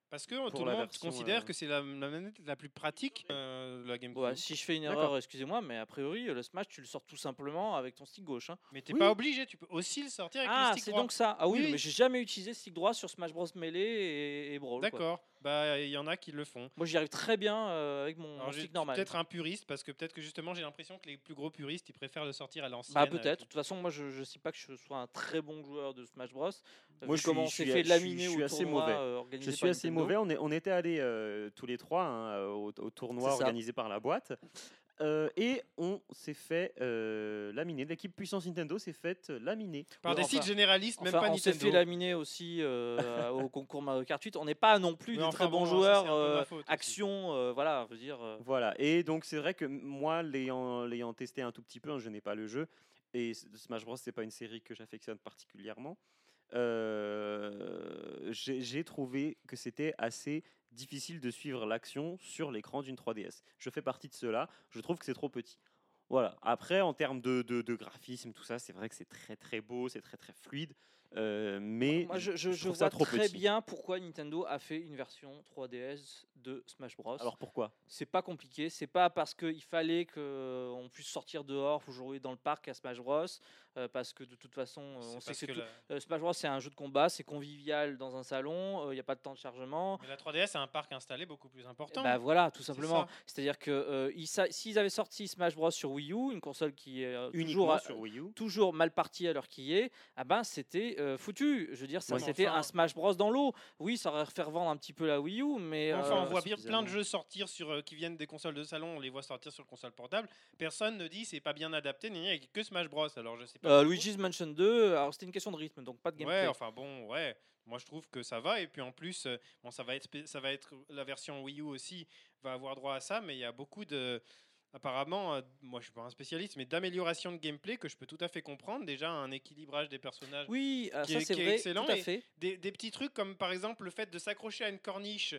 Parce que tout
Pour
le
la
monde
version,
considère
euh,
que c'est la, la manette la plus pratique euh, de la GameCube.
Ouais, si je fais une
D'accord.
erreur, excusez-moi, mais a priori, le Smash, tu le sors tout simplement avec ton stick gauche. hein.
Mais t'es
Oui.
pas obligé, tu peux aussi le sortir avec
Ah,
le stick
c'est
droit.
donc ça. Ah oui,
Oui.
mais j'ai jamais utilisé stick droit sur Smash Bros Melee et, et Brawl. quoi.
D'accord. Bah, il y en a qui le font.
Moi, j'y arrive très bien euh, avec mon,
Alors,
mon
j'ai-
stick normal.
Peut-être un puriste, parce que peut-être que justement, j'ai l'impression que les plus gros puristes, ils préfèrent le sortir à l'ancienne.
Bah
avec
peut-être. De
le-
toute façon, moi, je ne sais pas que je sois un très bon joueur de Smash Bros. Euh, vu
Moi, je suis-
comment on
je
s'est
suis-
fait
je suis-
laminer
je
au
suis assez
tournoi,
mauvais.
euh, organisé
Je
par
suis assez
Nintendo.
mauvais. On, est, on était allés euh, tous les trois hein, au, au tournoi
C'est ça.
organisé par la boîte. Euh, et on s'est fait euh, laminer. L'équipe Puissance Nintendo s'est faite laminer.
euh, Par
Ouais,
des
enfin-
sites généralistes, même
Enfin,
pas
on s'est fait
Nintendo.
laminer aussi euh, au concours Mario Kart 8. On n'est pas non plus
Mais
des
enfin,
très bons
bon, ça, c'est un
joueurs.
peu ma
euh,
faute aussi.
action, euh, voilà, je veux dire. euh,
Voilà. Et donc, c'est vrai que moi, l'ayant l'ayant testé un tout petit peu, hein, je n'ai pas le jeu. Et S- Smash Bros, c'est pas une série que j'affectionne particulièrement. Euh, J'ai j'ai trouvé que c'était assez difficile de suivre l'action sur l'écran d'une 3DS. Je fais partie de ceux-là. Je trouve que c'est trop petit. Voilà. Après, en termes de, de- de graphisme, tout ça, c'est vrai que c'est très très beau, c'est très très fluide. Euh, mais
Moi, je, je, je
trouve
vois
ça trop
très
petit.
bien pourquoi Nintendo a fait une version 3DS de Smash Bros.
Alors pourquoi
c'est pas compliqué. C'est pas parce qu'il fallait qu'on puisse sortir dehors pour jouer dans le parc à Smash Bros. euh, parce que de toute façon, euh, on
C'est parce
sait que c'est
que
tout-
la...
euh, Smash Bros. c'est un jeu de combat, c'est convivial dans un salon, il n'y a pas de temps de chargement.
mais la 3DS a un parc installé beaucoup plus important.
Bah voilà, tout simplement.
ça.
C'est-à-dire que euh, ils sa- s'ils avaient sorti Smash Bros sur Wii U, une console qui est euh, toujours,
Uniquement
à-
sur Wii U.
toujours mal partie à l'heure qu'il y est, ah ben c'était euh, foutu. Je veux dire, ça
Ouais, mais
c'était
enfin-
un Smash Bros dans l'eau. Oui, ça aurait fait vendre un petit peu la Wii U, mais
Enfin, on
euh,
voit bien plein de
suffisamment.
jeux sortir sur, euh, qui viennent des consoles de salon, on les voit sortir sur console portable. Personne ne dit c'est pas bien adapté, ni rien, que Smash Bros. Alors je sais pas.
Euh,
du coup.
Luigi's Mansion 2, alors c'était une question de rythme, donc pas de gameplay.
Ouais, enfin bon, ouais. Moi je trouve que ça va et puis en plus, euh, bon ça va être, spé- ça va être la version Wii U aussi va avoir droit à ça, mais il y a beaucoup de, apparemment, euh, moi je suis pas un spécialiste, mais d'amélioration de gameplay que je peux tout à fait comprendre. Déjà un équilibrage des personnages,
oui, ah,
qui
ça
est-
c'est
qui est
vrai,
excellent
tout à
et-
fait.
des, des petits trucs comme par exemple le fait de s'accrocher à une corniche.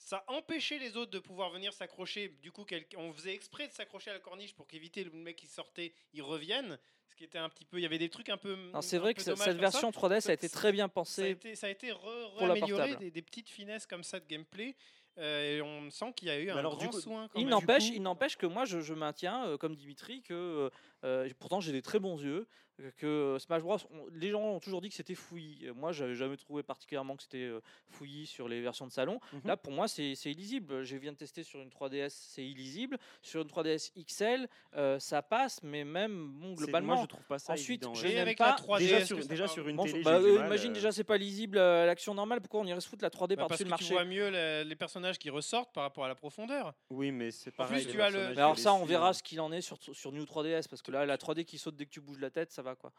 Ça empêchait les autres de pouvoir venir s'accrocher. Du coup, quel- on faisait exprès de s'accrocher à la corniche pour qu'éviter le mec qui sortait, il revienne. Ce qui était un petit peu. Il y avait des trucs un peu.
Non, c'est
un
vrai
peu
que ça-
dommages
cette
comme ça.
version 3DS a été
Ça-
très bien
Ça a
pensée.
été, ça a été re-
pour la
réamélioré,
portable.
des, des petites finesses comme ça de gameplay. euh, et on sent qu'il y a eu un
alors,
grand
du coup,
soin. quand
Il
même.
n'empêche, il n'empêche que moi je, je maintiens, euh, comme Dimitri, que euh, euh, pourtant j'ai des très bons yeux, euh, que Smash Bros, on- les gens ont toujours dit que c'était fouillis. Euh, Moi, j'avais jamais trouvé particulièrement que c'était euh, fouillis sur les versions de salon.
Mhm.
Là, pour moi, c'est c'est illisible. Je viens de tester sur une 3DS, c'est illisible. Sur une 3DS XL, euh, ça passe, mais même bon,
C'est-
globalement.
moi, je trouve pas ça
Ensuite,
évident,
je
ouais.
Et
n'aime
avec
pas-
la 3D,
déjà
est-ce
sur,
que ça
déjà
va-
sur une
Bon,
télé,
bah,
j'ai du
euh,
mal,
imagine
euh,
déjà c'est pas lisible euh, l'action normale, pourquoi on irait se foutre la 3D
Bah, parce que
par-dessus le marché
tu vois mieux le- les personnages qui ressortent par rapport à la profondeur.
Oui, mais c'est
En
pareil.
plus,
les
tu as le-
personnages,
Mais alors
je
ça,
les
on verra
suis,
ce qu'il en est sur, sur New 3DS, parce que là, la 3D qui saute dès que tu bouges la tête, ça va quoi.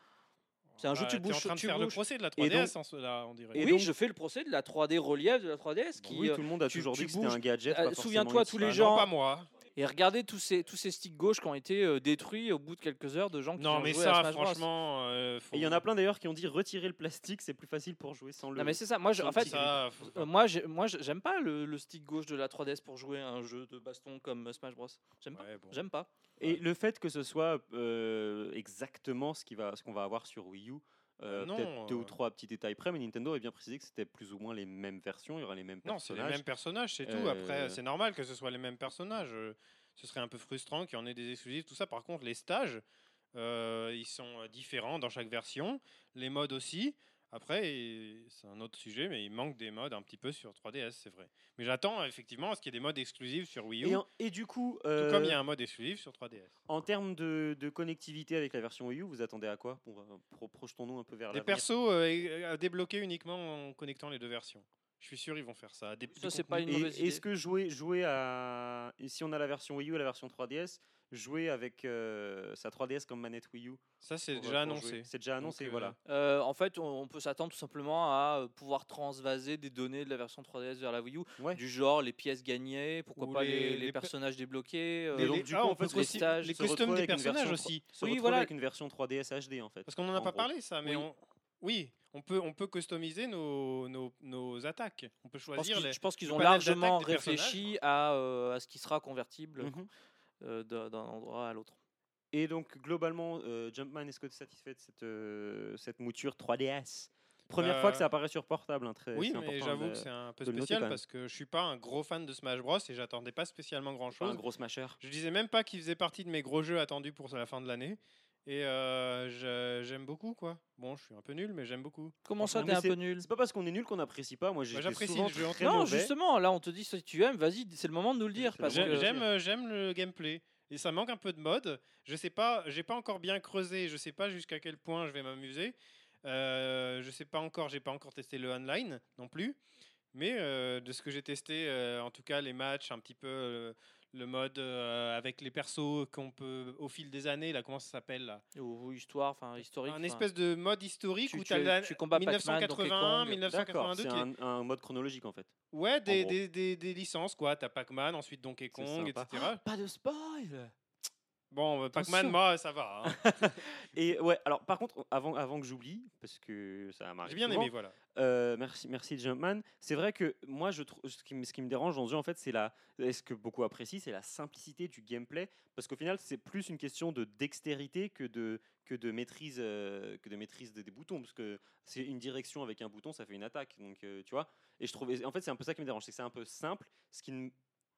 C'est un jeu,
Bah,
tu
t'es
bouges,
en train de
tu
faire le
bouges.
procès de la
Et
3DS, en ce- là, on dirait.
Et
oui,
donc-
je fais le procès de la 3D relief de la 3DS qui.
Bah oui,
euh,
tout le monde a
tu-
toujours
tu
dit que c'était
bouges.
un gadget.
Euh,
pas forcément
souviens-toi, tous les
utile.
gens-
Non, pas moi.
et regardez tous ces, tous ces sticks gauches qui ont été euh, détruits au bout de quelques heures de gens qui
Non,
ont
mais
joué à
ça,
Smash Bros.
franchement. euh, faut-
Et il y en a plein d'ailleurs qui ont dit retirer le plastique, c'est plus facile pour jouer sans le.
Non mais c'est ça. Moi, je- en fait,
ça, faut-
euh, moi, j'ai- moi, j'ai- j'aime pas le, le stick gauche de la 3DS pour jouer à un jeu de baston comme euh, Smash Bros. J'aime pas.
Ouais, bon.
J'aime pas.
Et le fait que ce soit euh, exactement ce qui va, ce qu'on va avoir sur Wii U. euh,
Non,
peut-être deux
euh.
ou trois petits détails près, mais Nintendo avait bien précisé que c'était plus ou moins les mêmes versions, il y aura les mêmes
Non, c'est les
personnages.
mêmes personnages, c'est tout.
Euh,
Après, c'est normal que ce soit les mêmes personnages. Euh, Ce serait un peu frustrant qu'il y en ait des exclusifs, tout ça. Par contre, les stages, euh, ils sont euh, différents dans chaque version. Les modes aussi. Après, et- c'est un autre sujet, mais il manque des modes un petit peu sur 3DS, c'est vrai. Mais j'attends effectivement à ce qu'il y ait des modes exclusifs sur Wii U.
Et, en- et du coup,
Tout
euh,
comme il y a un mode exclusif sur 3DS.
en termes de, de connectivité avec la version Wii U, vous attendez à quoi Bon, bah, pro- Projetons-nous un peu vers
Des
l'avenir.
persos euh, et- à débloquer uniquement en connectant les deux versions. Je suis sûr ils vont faire ça. Des,
Ça,
des
c'est pas une
Et
mauvaise idée.
Est-ce que jouer, jouer à. et Si on a la version Wii U et la version 3DS, jouer avec euh, sa 3DS comme manette Wii U
Ça, c'est
pour, euh,
déjà
pour
annoncé.
jouer. C'est déjà annoncé,
euh,
voilà.
Euh, en fait, on on peut s'attendre tout simplement à euh, pouvoir transvaser des données de la version 3DS vers la Wii U,
Ouais.
du genre les pièces gagnées, pourquoi
Ou
pas
les-
les, les
les per-
personnages débloqués. euh,
Et
les-
donc,
les-
du
ah,
coup,
on
on peut
peut
se
aussi-
stages,
les
se retrouver
customs des
avec une version
personnages
pro-
aussi.
Se
Oui,
retrouver
voilà.
avec une version 3DS HD en fait.
Parce qu'on n'en a
en
pas
gros.
parlé, ça, mais
Oui.
on- oui, on peut, on peut customiser nos, nos, nos attaques. On peut
je pense
choisir
qu'ils-
les.
je pense qu'ils
le
ont
panel d'attaque
largement
des personnages,
réfléchi à, euh, à ce qui sera convertible
Mhm.
euh, d'un d'un endroit à l'autre.
Et donc globalement, euh, Jumpman, est-ce que tu es satisfait de cette, euh, cette mouture 3DS Première
Euh,
fois que ça apparaît sur portable. hein, très,
Oui,
c'est
mais
important
j'avoue
de-
que c'est un peu
de le noter
spécial
quand même.
parce que je suis pas un gros fan de Smash Bros et j'attendais pas spécialement grand
un
chose.
gros smasher.
Je disais même pas qu'il faisait partie de mes gros jeux attendus pour la fin de l'année. Et euh, je- j'aime beaucoup, quoi. Bon, je suis un peu nul, mais j'aime beaucoup.
Comment ça,
Non,
t'es
mais
un peu nul
C'est pas parce qu'on est nul qu'on n'apprécie pas. Moi,
Moi,
j'étais
Bah, j'apprécie
souvent
le jeu en
très
fait.
Non,
mauvais.
justement, là, on te dit si tu aimes, vas-y, c'est le moment de nous le dire.
C'est
Parce
bon,
que...
J'ai- J'aime, euh, j'aime le gameplay. Et ça manque un peu de mode. Je sais pas, j'ai pas encore bien creusé. Je sais pas jusqu'à quel point je vais m'amuser. Euh, je sais pas encore, j'ai pas encore testé le online non plus. Mais euh, de ce que j'ai testé, euh, en tout cas les matchs, un petit peu euh, le mode euh, avec les persos qu'on peut au fil des années. Là, comment ça s'appelle là
Ou, ou histoire, enfin, historique.
Un
enfin.
espèce de mode historique
tu-
où
tu-
t'as la-
tu combats Pac-Man, Donkey
1981,
Kong.
D'accord,
1982
c'est
qui est-
un, un mode chronologique en fait.
Ouais, des,
gros.
des, des- des licences quoi. T'as Pac-Man, ensuite Donkey Kong,
sympa.
etc.
Pas de spoil
Bon, euh, Pac-Man,
Attention.
moi, ça va. hein.
Et ouais, alors par contre, avant, avant que j'oublie, parce que ça m'arrive.
J'ai bien
souvent,
aimé, voilà.
Euh, merci, merci Jumpman. C'est vrai que moi, je trouve ce qui, me- ce qui me dérange dans ce jeu, en fait, c'est la, et ce que beaucoup apprécient, c'est la simplicité du gameplay, parce qu'au final, c'est plus une question de dextérité que de que de maîtrise euh, que de maîtrise des, des boutons, parce que c'est une direction avec un bouton, ça fait une attaque, donc euh, tu vois. Et je trouve, et en fait, c'est un peu ça qui me dérange, c'est que c'est un peu simple, ce qui, ne-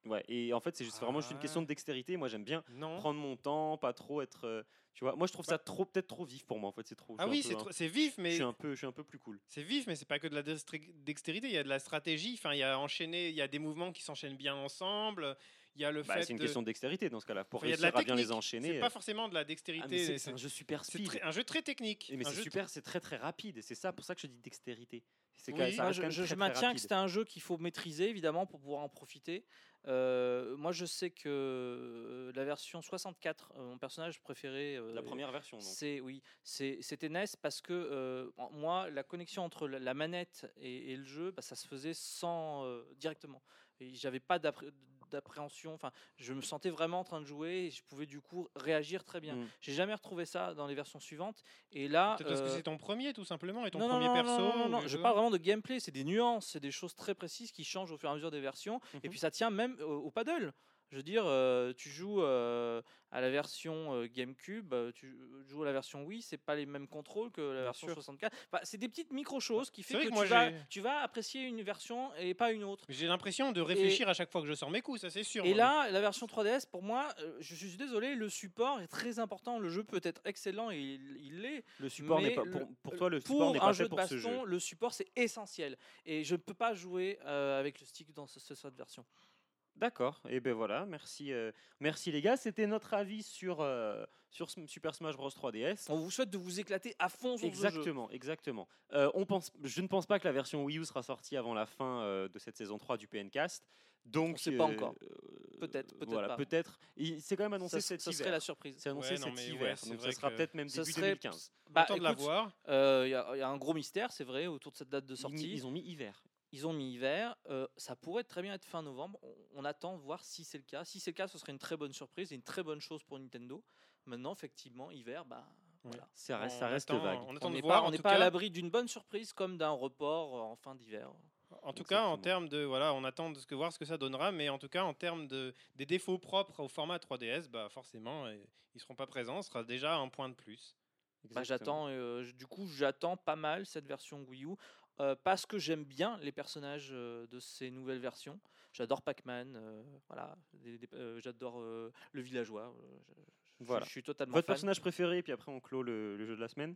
ouais. Et en fait, c'est juste
Ah
vraiment juste une question
ouais.
de dextérité. Moi, j'aime bien
Non.
prendre mon temps, pas trop être, euh, tu vois. Moi, je trouve ça trop, peut-être trop vif pour moi, en fait, c'est trop. je
Ah
suis un
oui,
peu
c'est
un-
trop- c'est vif,
Je
mais
suis un peu, je suis un peu plus cool.
c'est vif, mais c'est pas que de la destri- dextérité. Il y a de la stratégie. Enfin, il y a enchaîné, il y a des mouvements qui s'enchaînent bien ensemble. Il y a le
Bah,
fait.
c'est une
de-
question de dextérité dans ce cas-là. Pour
Enfin, il y a de la
réussir à bien les
technique.
enchaîner.
C'est
euh,
pas forcément de la
ah, mais
dextérité.
c'est-
c'est-
c'est un jeu super
C'est
speed.
très- un jeu très technique.
Et mais
un
c'est
jeu
super, c'est très très rapide. et C'est ça, pour ça que je dis dextérité. C'est
Oui.
quand- ça
Moi,
reste
je,
quand même
je- je
très, très
maintiens que
rapide.
c'est un jeu qu'il faut maîtriser évidemment pour pouvoir en profiter. Euh, moi, je sais que euh, la version 64, euh, mon personnage préféré, euh,
La première version. donc.
c'est oui, c'est- c'était NES parce que euh, en- moi, la connexion entre la, la manette et, et le jeu, bah, ça se faisait sans euh, directement. Et j'avais pas d'appré- d'appréhension. Enfin, je me sentais vraiment en train de jouer et je pouvais du coup réagir très bien.
Mm.
J'ai jamais retrouvé ça dans les versions suivantes. Et là,
Peut-être parce que
euh,
c'est ton premier, tout simplement, et ton
non, non,
premier
non, non,
perso.
Non, non,
ou
non,
quelque
je
chose
parle vraiment de gameplay, c'est des nuances, c'est des choses très précises qui changent au fur et à mesure des versions. Et
Mhm.
puis ça tient même au, au paddle. Je veux dire, euh, tu joues euh, à la version euh, GameCube, euh, tu joues à la version Wii, c'est pas les mêmes contrôles que la version
sûr.
64. Enfin, c'est des petites micro-choses qui fait
vrai
que,
que moi,
tu, vas,
j'ai-
tu vas apprécier une version et pas une autre.
Mais J'ai l'impression de réfléchir à chaque fois que je sors mes coups, ça c'est sûr.
Et
moi.
là, la version 3DS, pour moi, euh, je suis désolé, le support est très important. Le jeu peut être excellent et il il l'est,
Le support n'est
mais
pas
le-
pour, pour toi. Le support
pour
n'est
un
pas
jeu
fait
de
pour ce jeu.
baston, le support c'est essentiel. Et je ne peux pas jouer euh, avec le stick dans ce, ce- cette version.
D'accord. Et ben voilà. Merci, euh, merci les gars. C'était notre avis sur euh, sur Sm- Super Smash Bros 3DS.
On vous souhaite de vous éclater à fond sur ce jeu.
Exactement, exactement. Euh, on pense, je ne pense pas que la version Wii U sera sortie avant la fin euh, de cette saison 3 du PNcast. Donc,
On sait pas encore.
euh,
Peut-être, peut-être
Voilà,
pas.
peut-être. Il- C'est quand même
Ça,
annoncé
ce
cet
serait
hiver.
la surprise.
C'est annoncé
Ouais, non,
cet
mais ouais,
hiver,
c'est
donc
vrai
ça sera
que
peut-être même
Ça
début
serait-
2015.
Bah,
Content de la
écoute,
voir.
euh, Il y, a- il y a un gros mystère, c'est vrai, autour de cette date de
Ils ont mis-
sortie.
Ils ont mis hiver.
Ils ont mis hiver. euh, ça pourrait très bien être fin novembre. On, on attend voir si c'est le cas. Si c'est le cas, ce serait une très bonne surprise et une très bonne chose pour Nintendo. Maintenant, effectivement, hiver, bah
Ouais.
voilà.
Ça reste,
On
ça reste
attend-
vague.
On
On
attend
n'est
de
pas,
voir.
on
en
n'est
tout
pas à
cas.
l'abri d'une bonne surprise comme d'un report euh, en fin d'hiver.
En tout cas, en
Exactement.
termes de voilà, on attend de ce que voir ce que ça donnera, mais en tout cas, en termes de des défauts propres au format 3DS, bah forcément, euh, ils seront pas présents, ce sera déjà un point de plus.
Bah,
Exactement.
j'attends, euh, j- du coup, j'attends pas mal cette version Wii U euh, parce que j'aime bien les personnages euh, de ces nouvelles versions. J'adore Pac-Man, euh, voilà, des- des- euh, j'adore euh, le villageois. euh, je- je,
Voilà.
je suis totalement
Votre
fan.
personnage préféré, et puis après on clôt le, le jeu de la semaine.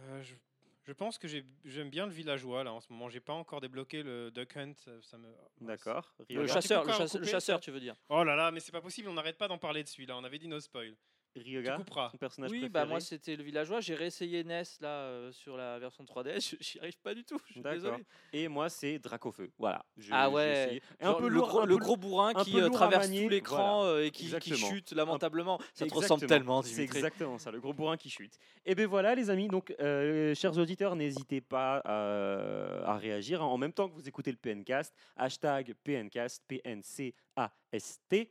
Euh, je, je pense que j'ai- j'aime bien le villageois là en ce moment. J'ai pas encore débloqué le Duck Hunt, ça- ça me.
D'accord.
Le
Ryoga.
chat-
chasseur,
Tu
le,
peux pas
chasse- le
recouper,
chasseur,
ça
tu veux dire
Oh là là, mais c'est pas possible, on n'arrête pas d'en parler de celui-là. On avait dit no spoil.
Ryoga,
Tu couperas.
ton personnage
Oui,
préféré.
bah moi c'était le villageois. J'ai réessayé NES là euh, sur la version 3DS. J'y arrive pas du tout. Je suis
D'accord.
désolé.
Et moi, c'est Dracofeu. Voilà. Je-
Ah
j'ai
ouais.
essayé. Et
Genre, le,
lourd,
gros,
un
le
peu
gros bourrin
un
qui
peu
euh,
lourd à
traverse
manier,
tout l'écran euh, et qui, qui
Exactement.
chute lamentablement. Ça te ressemble tellement,
Exactement. C'est
Dimitri.
exactement ça, le gros bourrin qui chute. Et ben voilà, les amis. Donc, euh, chers auditeurs, n'hésitez pas à, à réagir. hein. En même temps que vous écoutez le PNcast, hashtag PNcast, P-N-C-A-S-T.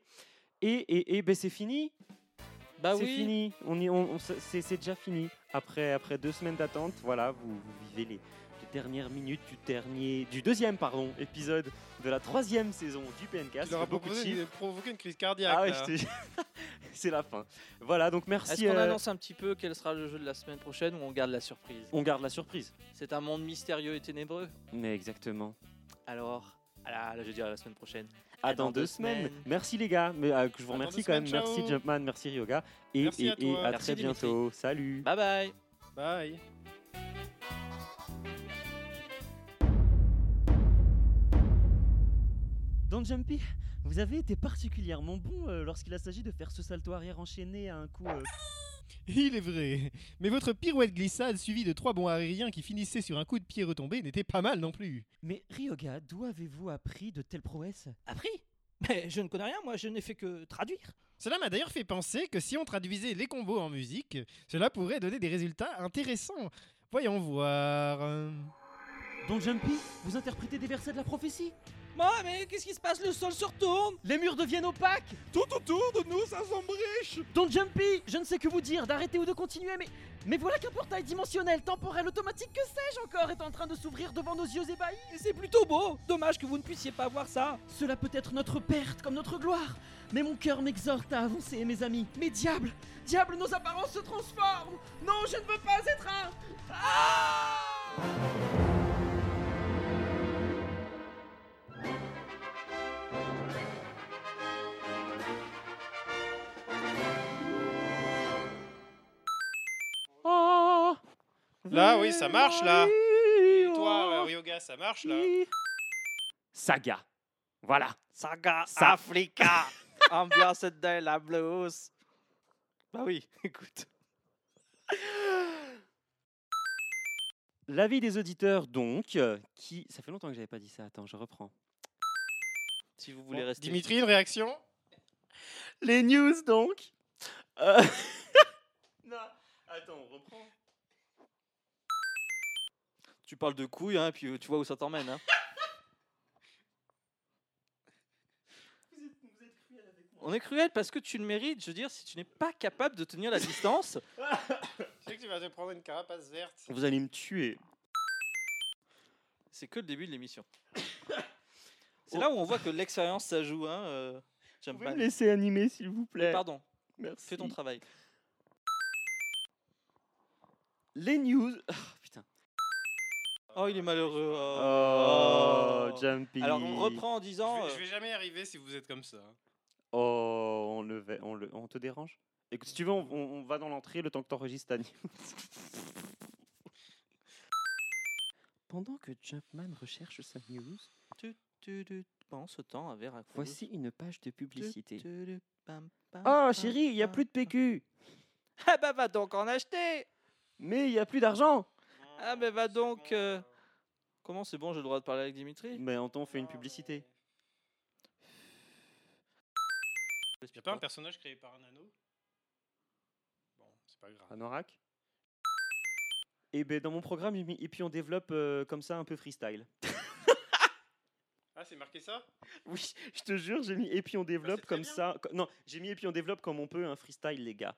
Et, et, et ben c'est fini.
Bah
c'est
oui.
fini. On y- on- on- c'est c'est déjà fini. Après, après deux semaines d'attente, voilà, vous, vous vivez les, dernière minute du dernier, du deuxième pardon, épisode de la troisième saison du PNK.
Il leur a
beaucoup de
proposé
chiffres.
de provoquer une crise cardiaque.
Ah ouais,
là.
je te jure. c'est la fin. Voilà, donc merci.
Est-ce qu'on
euh,
annonce un petit peu quel sera le jeu de la semaine prochaine ou on garde la surprise
on garde la surprise.
C'est un monde mystérieux et ténébreux.
Mais exactement.
Alors, à la, là, je vais dire à la semaine prochaine.
À,
À
dans, deux, semaines. Merci les gars. Mais, euh, je vous
À dans
remercie
deux
quand même.
semaines, ciao.
Merci Jumpman, merci Ryoga. Et
Merci Bah. à
et- et
toi.
à
Merci,
très
Dimitri.
bientôt. Salut.
Bye bye
Bye.
Dans Jumpy, vous avez été particulièrement bon euh, lorsqu'il a s'agit de faire ce salto arrière enchaîné à un coup. euh,
Il est vrai. Mais votre pirouette glissade suivie de trois bons aériens qui finissaient sur un coup de pied retombé n'était pas mal non plus.
Mais Ryoga, d'où avez-vous appris de telles prouesses
Appris Mais je ne connais rien, moi, je n'ai fait que traduire.
Cela m'a d'ailleurs fait penser que si on traduisait les combos en musique, cela pourrait donner des résultats intéressants. Voyons voir. euh.
Dans Jumpy, vous interprétez des versets de la prophétie
Moi, mais qu'est-ce qui se passe Le sol se retourne
Les murs deviennent opaques
Tout autour de nous s'assombrit.
Dans Jumpy, je ne sais que vous dire, d'arrêter ou de continuer, mais. Mais voilà qu'un portail dimensionnel, temporel, automatique, que sais-je encore, est en train de s'ouvrir devant nos yeux ébahis
Et c'est plutôt beau Dommage que vous ne puissiez pas voir ça
Cela peut être notre perte comme notre gloire, mais mon cœur m'exhorte à avancer, mes amis. Mais diable Diable, nos apparences se transforment Non, je ne veux pas être un... Ah Ah
Là, oui, ça marche, là. Et toi, euh, Ryoga, ça marche là
Saga. Voilà.
Saga
Ça-
Africa Ambiance de la blues Bah oui, écoute.
L'avis des auditeurs, donc, euh, qui... Ça fait longtemps que j'avais pas dit ça, attends, je reprends.
Si vous voulez
Bon,
rester...
Dimitri, une réaction
Les news, donc. Euh,
Non. Attends, on reprend.
Tu parles de couilles, hein, et puis euh, tu vois où ça t'emmène. Hein. On est cruel parce que tu le mérites. Je veux dire, si tu n'es pas capable de tenir la distance,
Je sais que tu vas te prendre une carapace verte.
Vous allez me tuer.
c'est que le début de l'émission. C'est là où on voit que l'expérience, ça joue. Hein, euh,
Vous
j'aime
Bah,
pouvez
pas.
me laisser animer, s'il vous plaît.
Pardon,
Merci.
fais ton travail.
Les news... Ah, putain.
Oh, il est malheureux.
Oh,
oh.
Jumpy.
Alors, on reprend en disant...
je, vais,
euh,
je vais jamais y arriver si vous êtes comme ça.
Oh, on le... va- On, le... on te dérange Écoute, si tu veux, on, on- on va dans l'entrée le temps que t'enregistres ta news. Pendant que Jumpman recherche sa news,
tu, tu penses autant à Veracruz.
voici une page de
Tu-
publicité.
tu- tu- pam, pam,
Oh,
pam,
chérie, il n'y a
pam.
plus de PQ
Ah bah va donc en acheter
Mais il n'y a plus d'argent
Ah bah va donc... euh, Comment c'est bon, j'ai le droit de parler avec Dimitri
Mais on t'en fait une publicité.
Y'a pas un personnage créé par un anneau Bon, c'est pas grave.
Anorak Et ben dans mon programme, j'ai mis- et puis on développe euh, comme ça un peu freestyle.
Ah, c'est marqué ça
Oui, je te jure, j'ai mis et puis on développe
très
comme
bien.
ça. co- Non, j'ai mis et puis on développe comme on peut un freestyle, les gars.